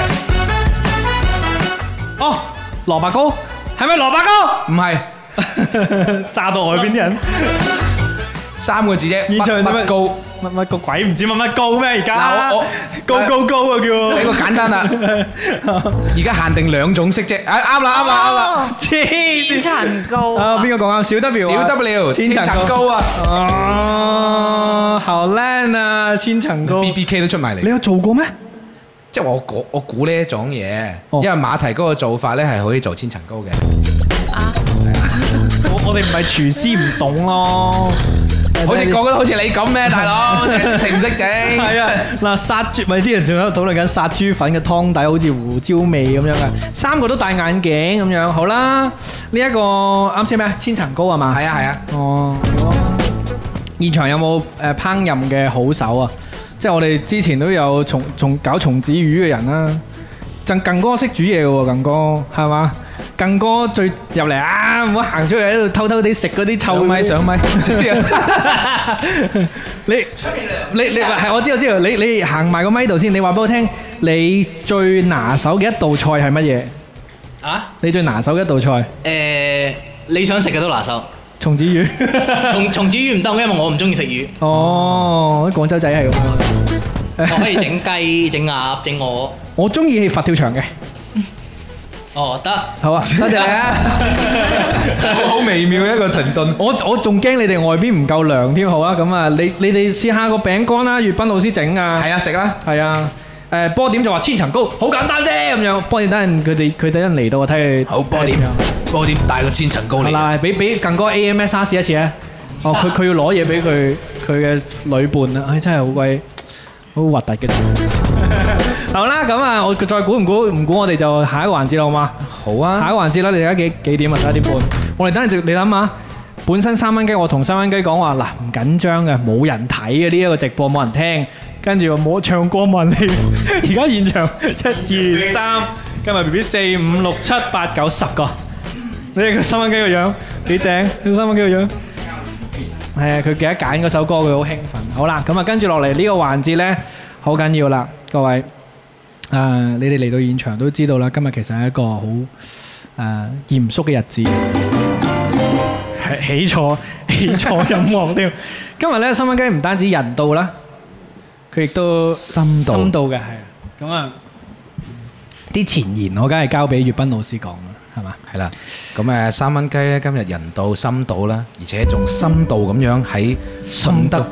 A: 哦，蘿蔔糕係咪蘿蔔糕？
C: 唔係
A: 炸到外邊啲人，
C: 三個字啫，
A: 現場點
C: 不不
A: 樣
C: 高，
A: 乜乜個鬼唔知乜乜高咩？而家
C: 嗱我我
A: 高高高啊
C: 俾
A: 叫，
C: 個簡單啦，而家限定兩種色啫，啊啱啦啱啦啱啦，
E: 哦
A: 黐
E: 千
A: 線
E: 層糕
A: 啊！邊個講啊？小 W 啊
C: 小 W
A: 千
C: 千
A: 層高
C: 層高啊
A: 啊！好靚啊，千層糕！
C: ，B B K 都出埋嚟
A: 你。有做過咩？
C: 即係我估我估呢一種嘢，
A: 哦
C: 因為馬蹄嗰個做法咧係可以做千層糕嘅。
A: 我我哋唔係廚師唔懂咯，
C: 好似個個都好似你咁咩，大 佬食唔識整？
A: 係啊，嗱殺豬咪啲人仲喺度討論緊殺豬粉嘅湯底好似胡椒味咁樣嘅，三個都戴眼鏡咁樣，好啦，呢、一個啱先咩啊千層糕係嘛？
C: 係啊係啊，
A: 哦，好啊現場有冇誒烹飪嘅好手啊？即係我哋之前都有松松搞松子魚嘅人啦、更更哥識煮嘢嘅喎，更哥係嘛？更哥最入嚟啊！唔好行出去喺度偷偷地食嗰啲臭
C: 上咪
A: 米
C: 上咪，
A: 你你你係我知我知道，你你行埋個咪度先，你話俾我聽，你最拿手嘅一道菜係乜嘢？
F: 啊？
A: 你最拿手嘅一道菜，
F: 誒，你想食嘅都拿手。
A: 松子魚。
F: 松松子魚唔得，因為我唔中意食魚，
A: 哦，啲廣州仔係咁
F: 我可以
A: 樣。
F: 整雞、整鴨、整鵝。
A: 我中意佛跳牆嘅，
F: 哦，得。
A: 好 啊，多謝你啊！
C: 好微妙一個停頓。
A: 我我仲驚你哋外邊唔夠涼添，好啊，咁啊，你你哋試下個餅乾啦，粵斌老師整啊。
C: 係啊，食啦。
A: 係啊，誒波點就話千層糕，好簡單啫咁樣。波點等陣佢哋佢等陣嚟到，我睇佢
C: 好波點
A: 睇佢樣，
C: 波點帶個千層糕
A: 好
C: 嚟。
A: 啦，俾俾近哥 AMS 沙士一次啊！哦，佢佢要攞嘢俾佢佢嘅女伴啊！唉，真係好鬼好核突 嘅。好啦，咁啊，我再估唔估唔估，我哋就下一個環節啦，好嘛？
C: 好啊
A: 下，一個環節啦，你而家幾幾點啊？十一點半。我哋等陣就你諗下，本身三蚊雞，我同三蚊雞講話嗱，唔緊張嘅，冇人睇嘅呢一個直播，冇人聽。跟住我冇唱歌冇人嚟，而家現場一二三，加埋 B B 四五六七八九十個。你睇佢三蚊雞個樣幾正，佢三蚊雞個樣。係啊，佢記得揀嗰首歌，佢好興奮。好啦，咁啊，跟住落嚟呢個環節呢，好緊要啦，各位。誒、啊你哋嚟到現場都知道啦，今日其實係一個好誒、嚴肅嘅日子。起錯 起錯音樂添。今日咧，新蚊雞唔單止人到啦，佢亦都深
C: 度
A: 深度嘅係啊。咁啊，啲前言我梗係交俾粵斌老師講啊啦，係嘛？
C: 係啦，咁誒三蚊雞咧，今日人到深到啦，而且仲深度咁樣喺順德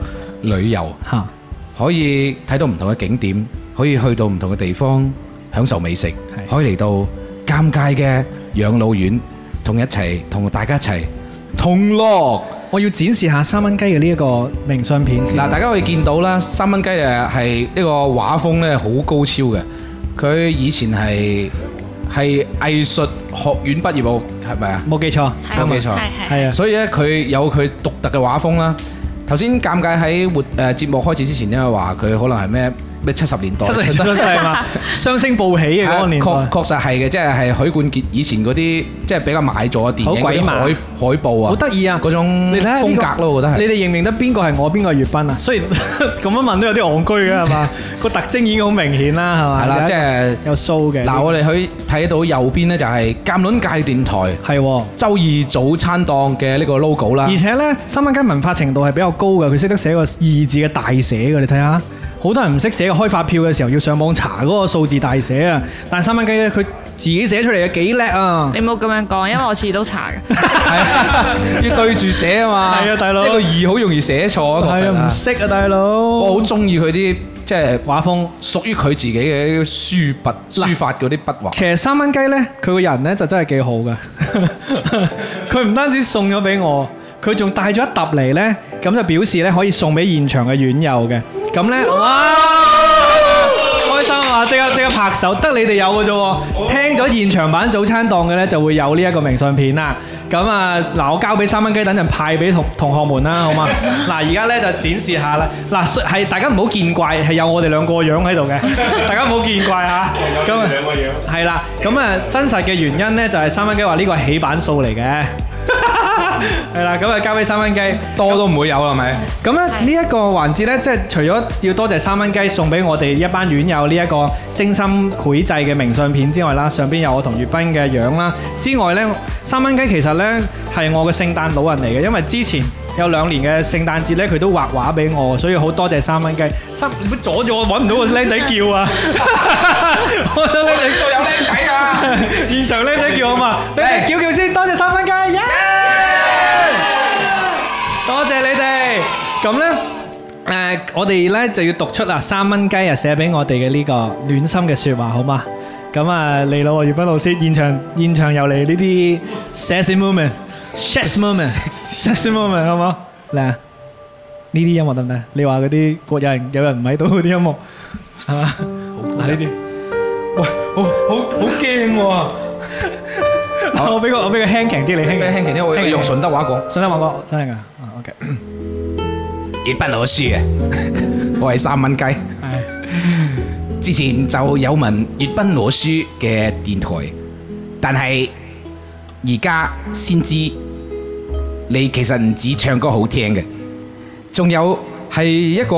C: 旅遊，
A: 嚇
C: 可以睇到唔同嘅景點，可以去到唔同嘅地方享受美食，可以嚟到尷尬嘅養老院，同一齊同大家一齊同樂。
A: 我要展示下三蚊雞嘅呢一個明信片先。
C: 嗱，大家可以見到啦，三蚊雞誒係呢個畫風咧好高超嘅，佢以前係係藝術學院畢業喎，係咪啊？
A: 冇記錯，
E: 係
C: 冇記錯
E: 係係
A: 係啊，
C: 所以咧，佢有佢獨特嘅畫風啦。頭先尷尬喺活誒節目開始之前咧，話佢可能係咩咩七十年代，
A: 七 十年出世嘛，雙星報喜嘅嗰個年代。
C: 啊確確實係嘅，即係係許冠傑以前嗰啲即係比較買咗嘅電影
A: 好鬼
C: 嗰啲
A: 馬
C: 海海報啊，
A: 好得意啊
C: 嗰種
A: 你睇下呢
C: 風
A: 個
C: 格咯，我覺得
A: 你
C: 係。
A: 哋認唔認得邊個係我，邊個係粵賓啊？ 雖然咁樣問都有啲戇居嘅係 嘛，個特徵已經好明顯啦，係嘛？
C: 係啦，即係
A: 有 show 嘅。
C: 嗱，我哋可以睇到右邊咧就係鑑論界電台
A: 係喎。
C: 周二早餐檔嘅呢個 logo 啦
A: 而。且咧，三蚊雞文化程度係比較高嘅，佢識得寫個二字嘅大寫嘅，你睇下。好多人唔識寫嘅，開發票嘅時候要上網查嗰個數字大寫啊！但係三蚊雞咧，佢自己寫出嚟嘅幾叻啊！
E: 你冇咁樣講，因為我次都查嘅。
C: 係啊要對住寫啊嘛。
A: 係啊大佬
C: 一個二好容易寫錯啊，確
A: 係
C: 實
A: 啊，
C: 啊
A: 唔識啊，大佬。
C: 我好中意佢啲即係
A: 畫風。
C: 屬於佢自己嘅書筆書法嗰啲 筆畫。
A: 其實三蚊雞呢，佢個人呢就真係幾好嘅。佢唔單止送咗俾我，佢仲帶咗一沓嚟呢，咁就表示呢可以送俾現場嘅院友嘅。咁呢，哇！開心啊！即刻即刻拍手，得你哋有嘅啫喎。聽咗現場版早餐檔嘅呢，就會有呢一個明信片啦。咁啊，嗱，我交俾三蚊雞，等陣派俾同同學們啦，好嘛？嗱，而家呢就展示下啦。嗱，係大家唔好見怪，係有我哋兩個樣喺度嘅，大家唔好見怪嚇。咁啊。
G: 兩個樣。
A: 係啦，咁啊真實嘅原因呢，就係三蚊雞話呢個係起版數嚟嘅。 係啦，咁啊交俾三蚊雞。
C: 多都唔會有啦，係咪？
A: 咁咧呢一個環節呢，即係除咗要多謝三蚊雞送俾我哋一班院友呢一個精心繪製嘅明信片之外啦，上邊有我同粵斌嘅樣啦，之外呢，三蚊雞其實呢係我嘅聖誕老人嚟嘅，因為之前有兩年嘅聖誕節咧，佢都畫畫俾我，所以好多謝三蚊雞。三，你乜阻咗我揾唔到個僆仔叫 啊！ 我覺得僆仔
C: 度有靚仔啊！
A: 現場僆仔叫我嘛，你哋叫叫先，多謝三分雞，耶！多謝你哋。咁呢，誒、我哋呢就要讀出啊三蚊雞啊寫俾我哋嘅呢個暖心嘅説話，好嘛？咁啊，嚟啦喎，粵斌老師，現場現場又嚟呢啲 sexy moment，sexy moment，sexy moment，好唔好？嚟啊！呢啲音樂得唔得？你話嗰啲國有人有人唔喺度嗰啲音樂係嘛？嗱呢啲，喂，好好好驚喎！我俾個我俾個輕強啲你輕
C: 咩輕奇啲？我我用順德話講，
A: 順德話講真係㗎，啊 OK，
C: 粵賓老師啊，我係三蚊雞。
A: 係
C: 之前就有問粵賓老師嘅電台，但係而家先知你其實唔止唱歌好聽嘅，仲有係一個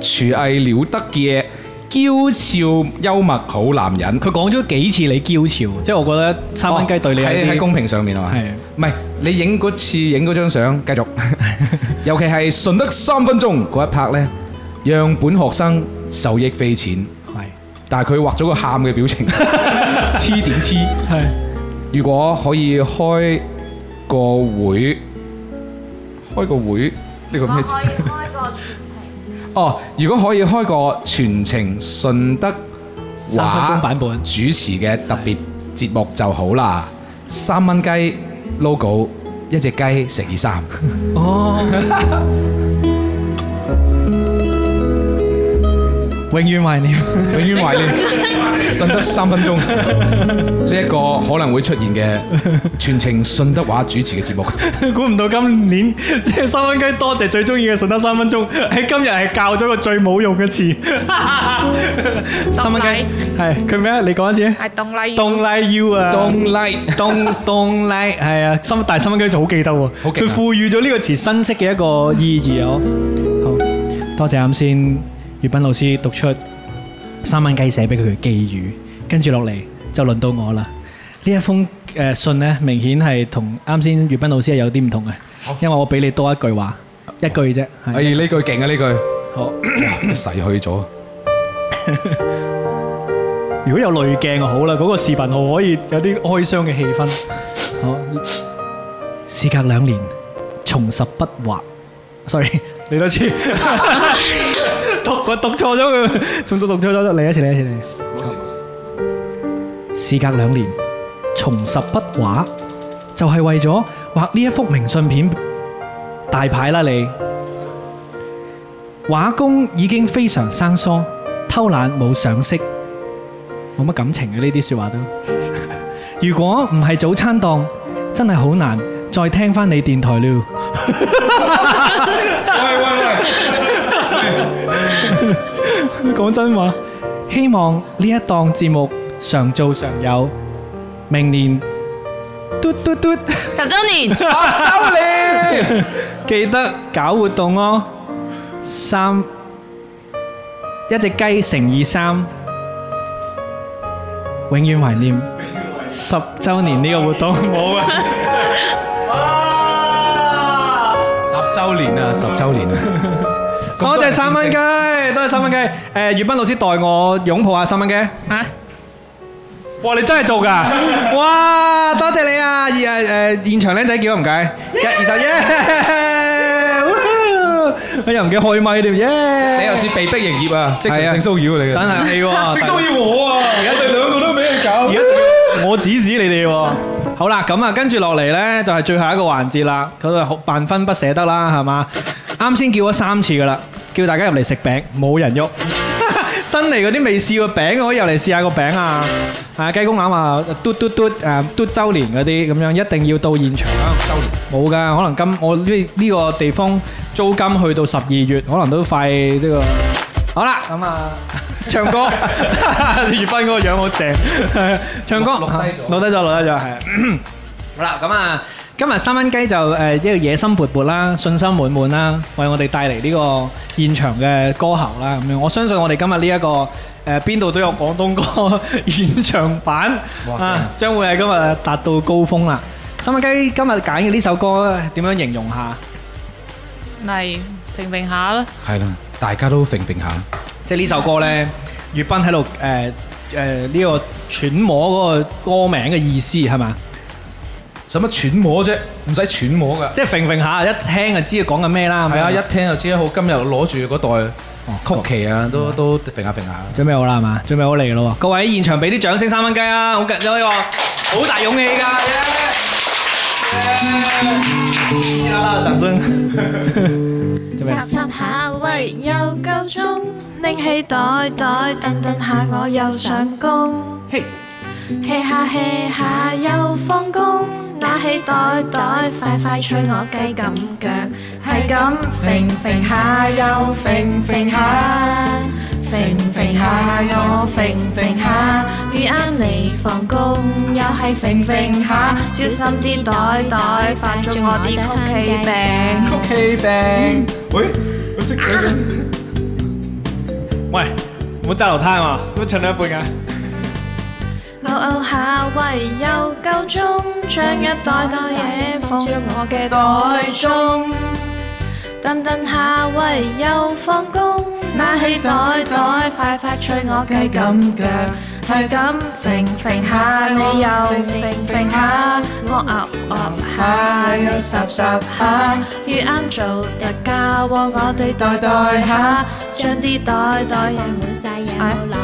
C: 廚藝了得嘅嬌俏幽默好男人。
A: 佢講咗幾次你嬌俏，即係我覺得三蚊雞對你有
C: 喺喺
A: 啲
C: 公屏上面啊嘛，
A: 係
C: 唔係你影嗰次影嗰張相，繼續， 尤其係順德三分鐘嗰一 part 呢，讓本學生受益匪淺。
A: 係
C: 但係佢畫咗個喊嘅表 情，T 點 T。
A: 係
C: 如果可以開個會，開個會呢個咩字？哦，如果可以開個全程順德
A: 三分鐘
C: 話
A: 版本
C: 主持嘅特別節目就好啦。三蚊雞 logo，一隻雞乘以三。
A: 永遠懷 念。
C: 永遠懷念，順德三分鐘呢一個可能會出現嘅全程順德話主持嘅節目。
A: 估唔到今年即係三蚊雞，多謝最中意嘅順德三分鐘，喺今日係教咗個最冇用嘅 詞。三蚊雞係佢咩啊？你講一次。
E: I don't like you
A: Don't like you 啊
C: Don't like，
A: ，Don't don't like 係啊，三但係三蚊雞就好記得喎，
C: 好勁
A: 佢
C: 啊
A: 賦予咗呢個詞新式嘅一個意義啊！好多謝啱先粵斌老師讀出三蚊雞寫俾佢嘅寄語，跟住落嚟就輪到我啦。呢一封誒信呢，明顯係同啱先粵斌老師係有啲唔同嘅，因為我俾你多一句話，一句啫。
C: 哎
A: 係
C: 呢句勁啊呢句
A: 好，
C: 哇，逝去咗。
A: 如果有濾鏡就好啦，嗰個視頻號可以有啲哀傷嘅氣氛。好，事隔兩年，重拾筆畫。sorry，嚟多次， 讀我讀錯咗佢，重讀讀錯咗，嚟一次，嚟一次，嚟一次。事隔兩年，重拾筆畫，就係為咗畫呢一幅明信片大牌啦，你。畫工已經非常生疏，偷懶冇上色。冇乜感情嘅呢啲説話都。 如果唔係早餐檔，真係好難再聽翻你電台了。 喂喂喂！講真話，希望呢一檔節目常做常有，明年嘟嘟嘟
E: 十周年，
A: 記得搞活動哦。三一隻雞乘以三，永遠懷念十週年呢個活動冇啊！
C: 十周年啊，十周年啊！
A: 多謝三蚊雞，多謝三蚊雞。誒，粵斌老師代我擁抱下三蚊雞。
E: 啊，
A: 哇！你真係做㗎？哇！多謝你啊！誒誒，現場僆仔叫唔計，一二十耶！我又唔記得開咪添耶！
C: 你又是被逼營業啊，即
A: 哎係啊
C: 係性騷擾你
A: 真
C: 嘅。
A: 係係喎，
C: 搞
A: 而家我指使你哋喎。好啦，咁啊，跟住落嚟呢，就係最後一個環節啦。佢就好萬分不捨得啦，係嘛？啱先叫咗三次噶啦，叫大家入嚟食餅，冇人喐。 新嚟嗰啲未試過餅，可以入嚟試下個餅啊！啊，雞公欖啊，嘟嘟嘟誒，嘟周年嗰啲咁樣，一定要到現場啊！周年冇㗎，可能今我呢呢個地方租金去到十二月，可能都快呢個。好啦，咁啊， 唱歌，葉斌嗰個樣好正，唱歌，
C: 錄低咗
A: 錄低咗，錄低咗，係。好啦，咁啊，今日三蚊雞就誒一個野心勃勃啦，信心滿滿啦，為我哋帶嚟呢個現場嘅歌喉啦，咁樣我相信我哋今日呢一個誒邊度都有廣東歌 現場版啊，將會係今日達到高峰啦。三蚊雞今日揀嘅呢首歌點樣形容下？
J: 咪平平下咯。
C: 係啦，大家都揈揈下。
A: 即係呢首歌咧，粵斌喺度誒誒呢個揣摩嗰個歌名嘅意思係嘛？
C: 使乜揣摩啫？唔使揣摩噶。
A: 即係揈揈下，一聽就知佢講緊咩啦。
C: 係啊，一聽就知好。今日攞住嗰袋曲奇啊，都都揈下揈下。
A: 準備好啦係嘛？準備好嚟嘅咯喎！各位現場俾啲掌聲三蚊雞啊！好緊張呢個，好大勇氣㗎！啦啦，掌聲！
E: 霎霎下，喂，又夠鐘，拎起袋袋，蹬蹬下，我又上工。hea 下 hea 下又放工，拿起袋袋，快快催我雞咁腳，係咁揈揈下又揈揈下，揈揈下我揈揈下，雨啱嚟放工又係揈揈下，小心啲袋袋，犯咗我啲曲奇
A: K
E: 餅。
A: 餅，喂，佢識嘅咁。喂，唔好揸流攤喎，都唱到一半㗎。
E: 偶偶下喂又夠鐘，將一袋袋嘢放入我嘅袋中。等等下喂又放工，拿起袋袋快快催我計咁腳，係咁揈揈下你又揈揈下，我鴨鴨下你霎霎下，遇啱做特價喎我哋袋袋下，將啲袋袋放滿晒嘢，朗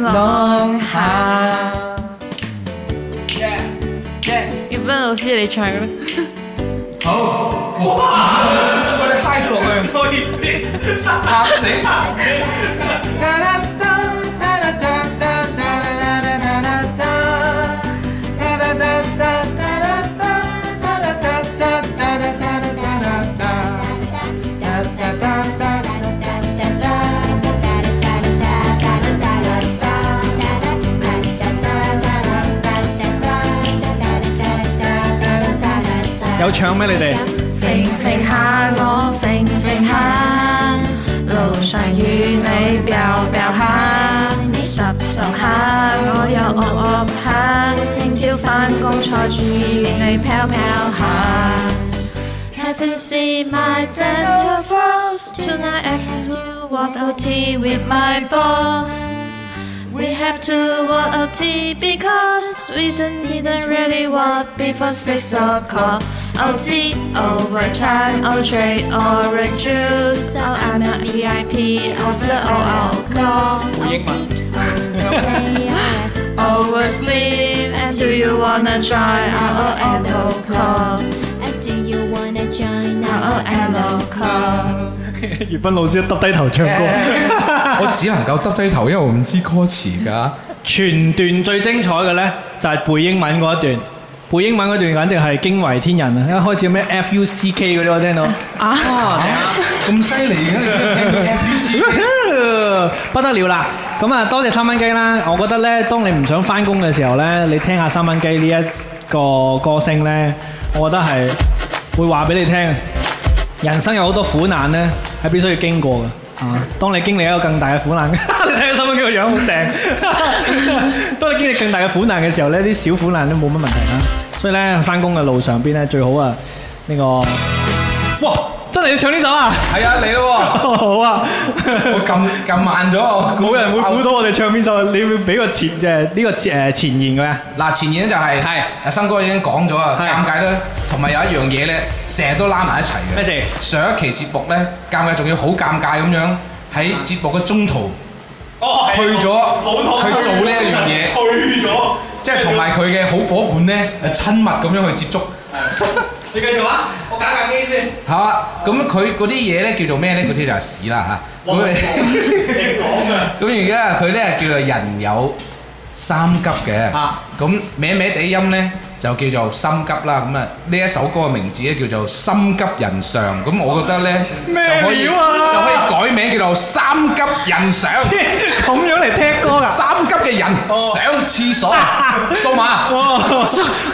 E: 朗下。
J: 葉斌老師，你唱啦。
A: 有唱咩？你哋？
E: 揈揈下，我揈揈下，路上與你飆飆下，你十十下，我又惡惡下，聽朝返工坐住與你飄飄下。Haven't seen my dental floss tonight. I have to walk OT with my boss. We have to walk OT because we didn't, didn't really walk before six o'clock. OT overtime, OJ orange juice. So I'm a VIP E of the OL clock.
A: 英文。
E: Oversleep, and do you wanna join our OL club?
K: Do you wanna join
E: Our OL club.
A: 粵斌老師耷低頭唱歌，
C: 我只能夠耷低頭，因為我唔知歌詞㗎。
A: 全段最精彩嘅呢，就係背英文嗰一段，背英文嗰段簡直係驚為天人啊！一開始咩 F U C K 嗰啲我聽到，啊，
C: 咁犀利嘅，你聽到 F U C K
A: 不得了啦！咁啊，多謝三蚊雞啦！我覺得呢，當你唔想翻工嘅時候呢，你聽下三蚊雞呢一個歌聲呢，我覺得係會話俾你聽，人生有好多苦難呢，係必須要經過嘅。啊，當你經歷一個更大嘅苦難，你 睇三蚊雞個樣好正。當你經歷更大嘅苦難嘅時候呢，啲小苦難都冇乜問題啦。所以呢，翻工嘅路上邊呢，最好啊呢個，哇！真係要唱呢首啊！
C: 係啊，嚟咯
A: 好啊！
C: 喎！我撳撳慢咗，
A: 冇
C: 冇
A: 人會估到我哋唱邊首，你會俾個前誒呢個前誒前言佢啊？
C: 嗱，前言就係係阿生哥已經講咗啊，
A: 係
C: 尷尬咧，同埋有一樣嘢咧，成日都拉埋一齊嘅。
A: 咩事？
C: 上一期節目咧，尷尬仲要好尷尬咁樣喺節目嘅中途
L: 哦，
C: 去咗去做呢一樣嘢，
L: 啊去咗，
C: 即係同埋佢嘅好伙伴咧，誒親密咁樣去接觸。
A: 你繼續啊！我揀架機先。
C: 係嘛？咁佢嗰啲嘢咧叫做咩咧？嗰啲就係屎啦嚇。咁 咁而家佢咧叫做人有三急嘅。咁歪歪地音咧就叫做心急啦。咁啊呢一首歌嘅名字咧叫做《心急人上》。咁我覺得咧就可以
A: 料啊
C: 就可以改名叫做《三急人上》。
A: 咁樣嚟踢歌㗎？
C: 三急嘅人上 廁所，數碼。
A: 哦，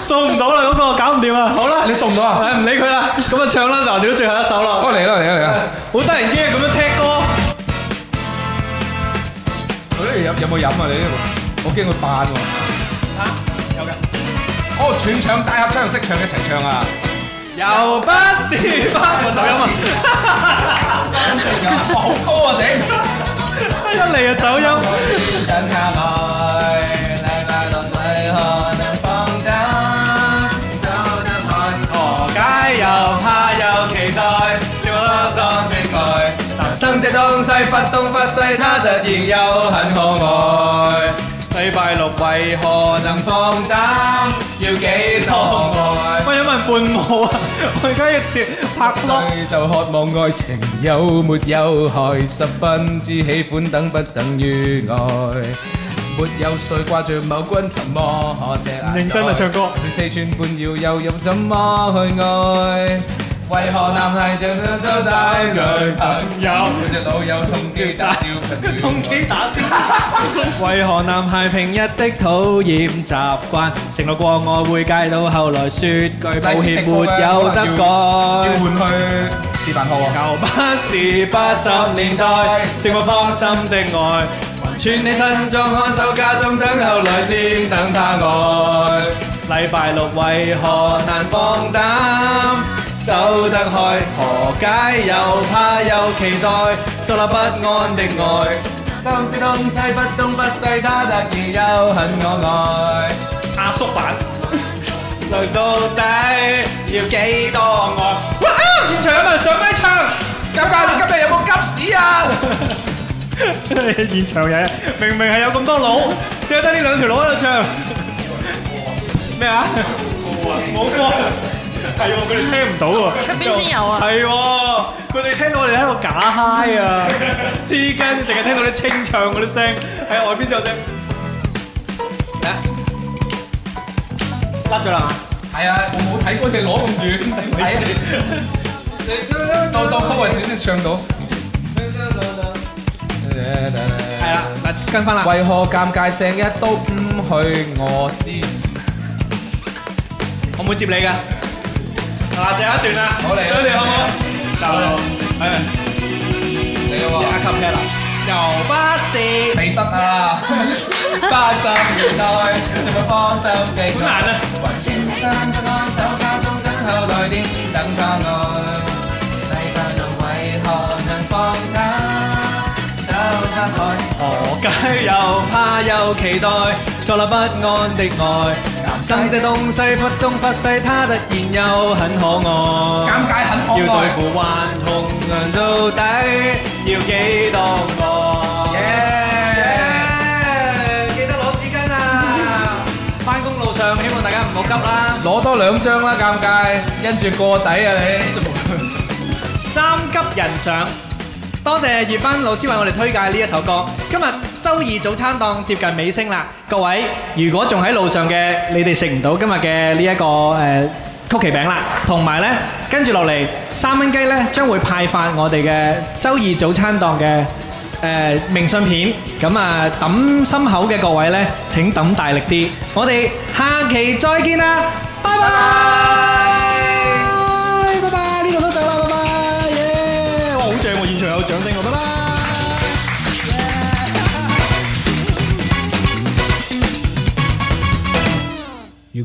A: 送唔到啦，嗰個搞唔掂啊！好啦，
C: 你送唔到啊？
A: 誒唔理佢啦，咁啊唱啦，嗱，你都最後一首啦。
C: 哦嚟啦嚟啦嚟啦！
A: 好得人驚咁樣踢歌。
C: 誒有有冇飲啊？你呢個我驚佢扮喎。
A: 有嘅。
C: 哦，全場大合唱，識唱一齊唱啊！啊
E: Hãy subscribe cho kênh Ghiền Mì Gõ Để không bỏ lỡ
A: 又不是不手音啊！
C: 好高啊，整
A: 一嚟就走音。生這東西忽東忽西，它突然又很可愛。禮拜六為何能放膽？要幾多愛？我有問伴舞啊！我而家要拍
C: 就渴望愛情有沒有害？十分之喜歡等不等於愛？沒有誰掛住某君，怎麼可這眼？
A: 認真啊唱歌
C: 四寸半要又有怎麼去愛？為何男孩像都帶女朋友？每隻老友通機打笑，
A: 通機打笑。為何男孩平日的討厭習慣，承諾過我會戒到，後來説句抱歉沒有得改。
C: 要換去視頻號啊！
A: 舊巴士八十年代，寂寞芳心的愛，還穿你新裝看守家中等候來電等他愛。禮拜六為何難放膽？走得開，何解又怕又期待，坐立不安的愛，心知東西不東不西，他突然又很我愛。阿叔版，累到底要幾多愛？哇！
C: à,
A: 現場有冇人上咪唱？
C: 尷尬，你今日有冇急屎啊？
A: 現場有，明明係有咁多佬，點解得呢兩條佬喺度唱？咩啊？冇歌。係喎，佢哋聽唔到喎。
E: 出邊先有啊
A: 係喎，佢哋聽到我哋喺度假嗨啊！黐筋，淨係聽到啲清唱嗰啲聲，喺外邊先有聲。
C: Dạ.
A: 嚟啊！甩咗啦嘛？
C: 係啊，我冇睇過你攞咁遠，係啊，你到到 cover 時先唱到。
A: 係啦，嗱，跟翻啦。
C: 為何尷尬成日都唔去我先？
A: 我唔會接你
C: à?
A: 㗎。嗱，最後一段啦，
C: 好嚟啦
A: 所以你好唔好？
C: 好嚟
A: 係。
C: 你好
A: 一級聽啦，又巴士。
C: 你得啊！八十年代，什麼放心地
A: 好難啊！
C: 還穿山裝安守家中等候來電，等他愛。禮拜六為何能放假？走得開。
A: 何解又怕又期待，坐立不安的愛。男生這東西忽東忽西，他突然又很可愛。
C: 尷尬很可愛
A: 要對付還同樣到底，要幾多愛？耶！記得攞紙巾 啊！翻工路上，希望大家唔好急啦。
C: 攞多兩張啦，尷尬，因住過底啊你。
A: 三級人上。多謝粵斌老師為我哋推介呢一首歌。今日周二早餐檔接近尾聲啦，各位如果仲喺路上嘅，你哋食唔到今日嘅呢一個誒曲奇餅啦，同埋呢跟住落嚟三蚊雞呢將會派發我哋嘅周二早餐檔嘅誒明信片。咁啊抌心口嘅各位呢，請抌大力啲。我哋下期再見啦，拜拜，拜拜，呢度都上啦，拜拜，耶！哇，好正喎，現場有掌聲喎，拜拜。
M: 如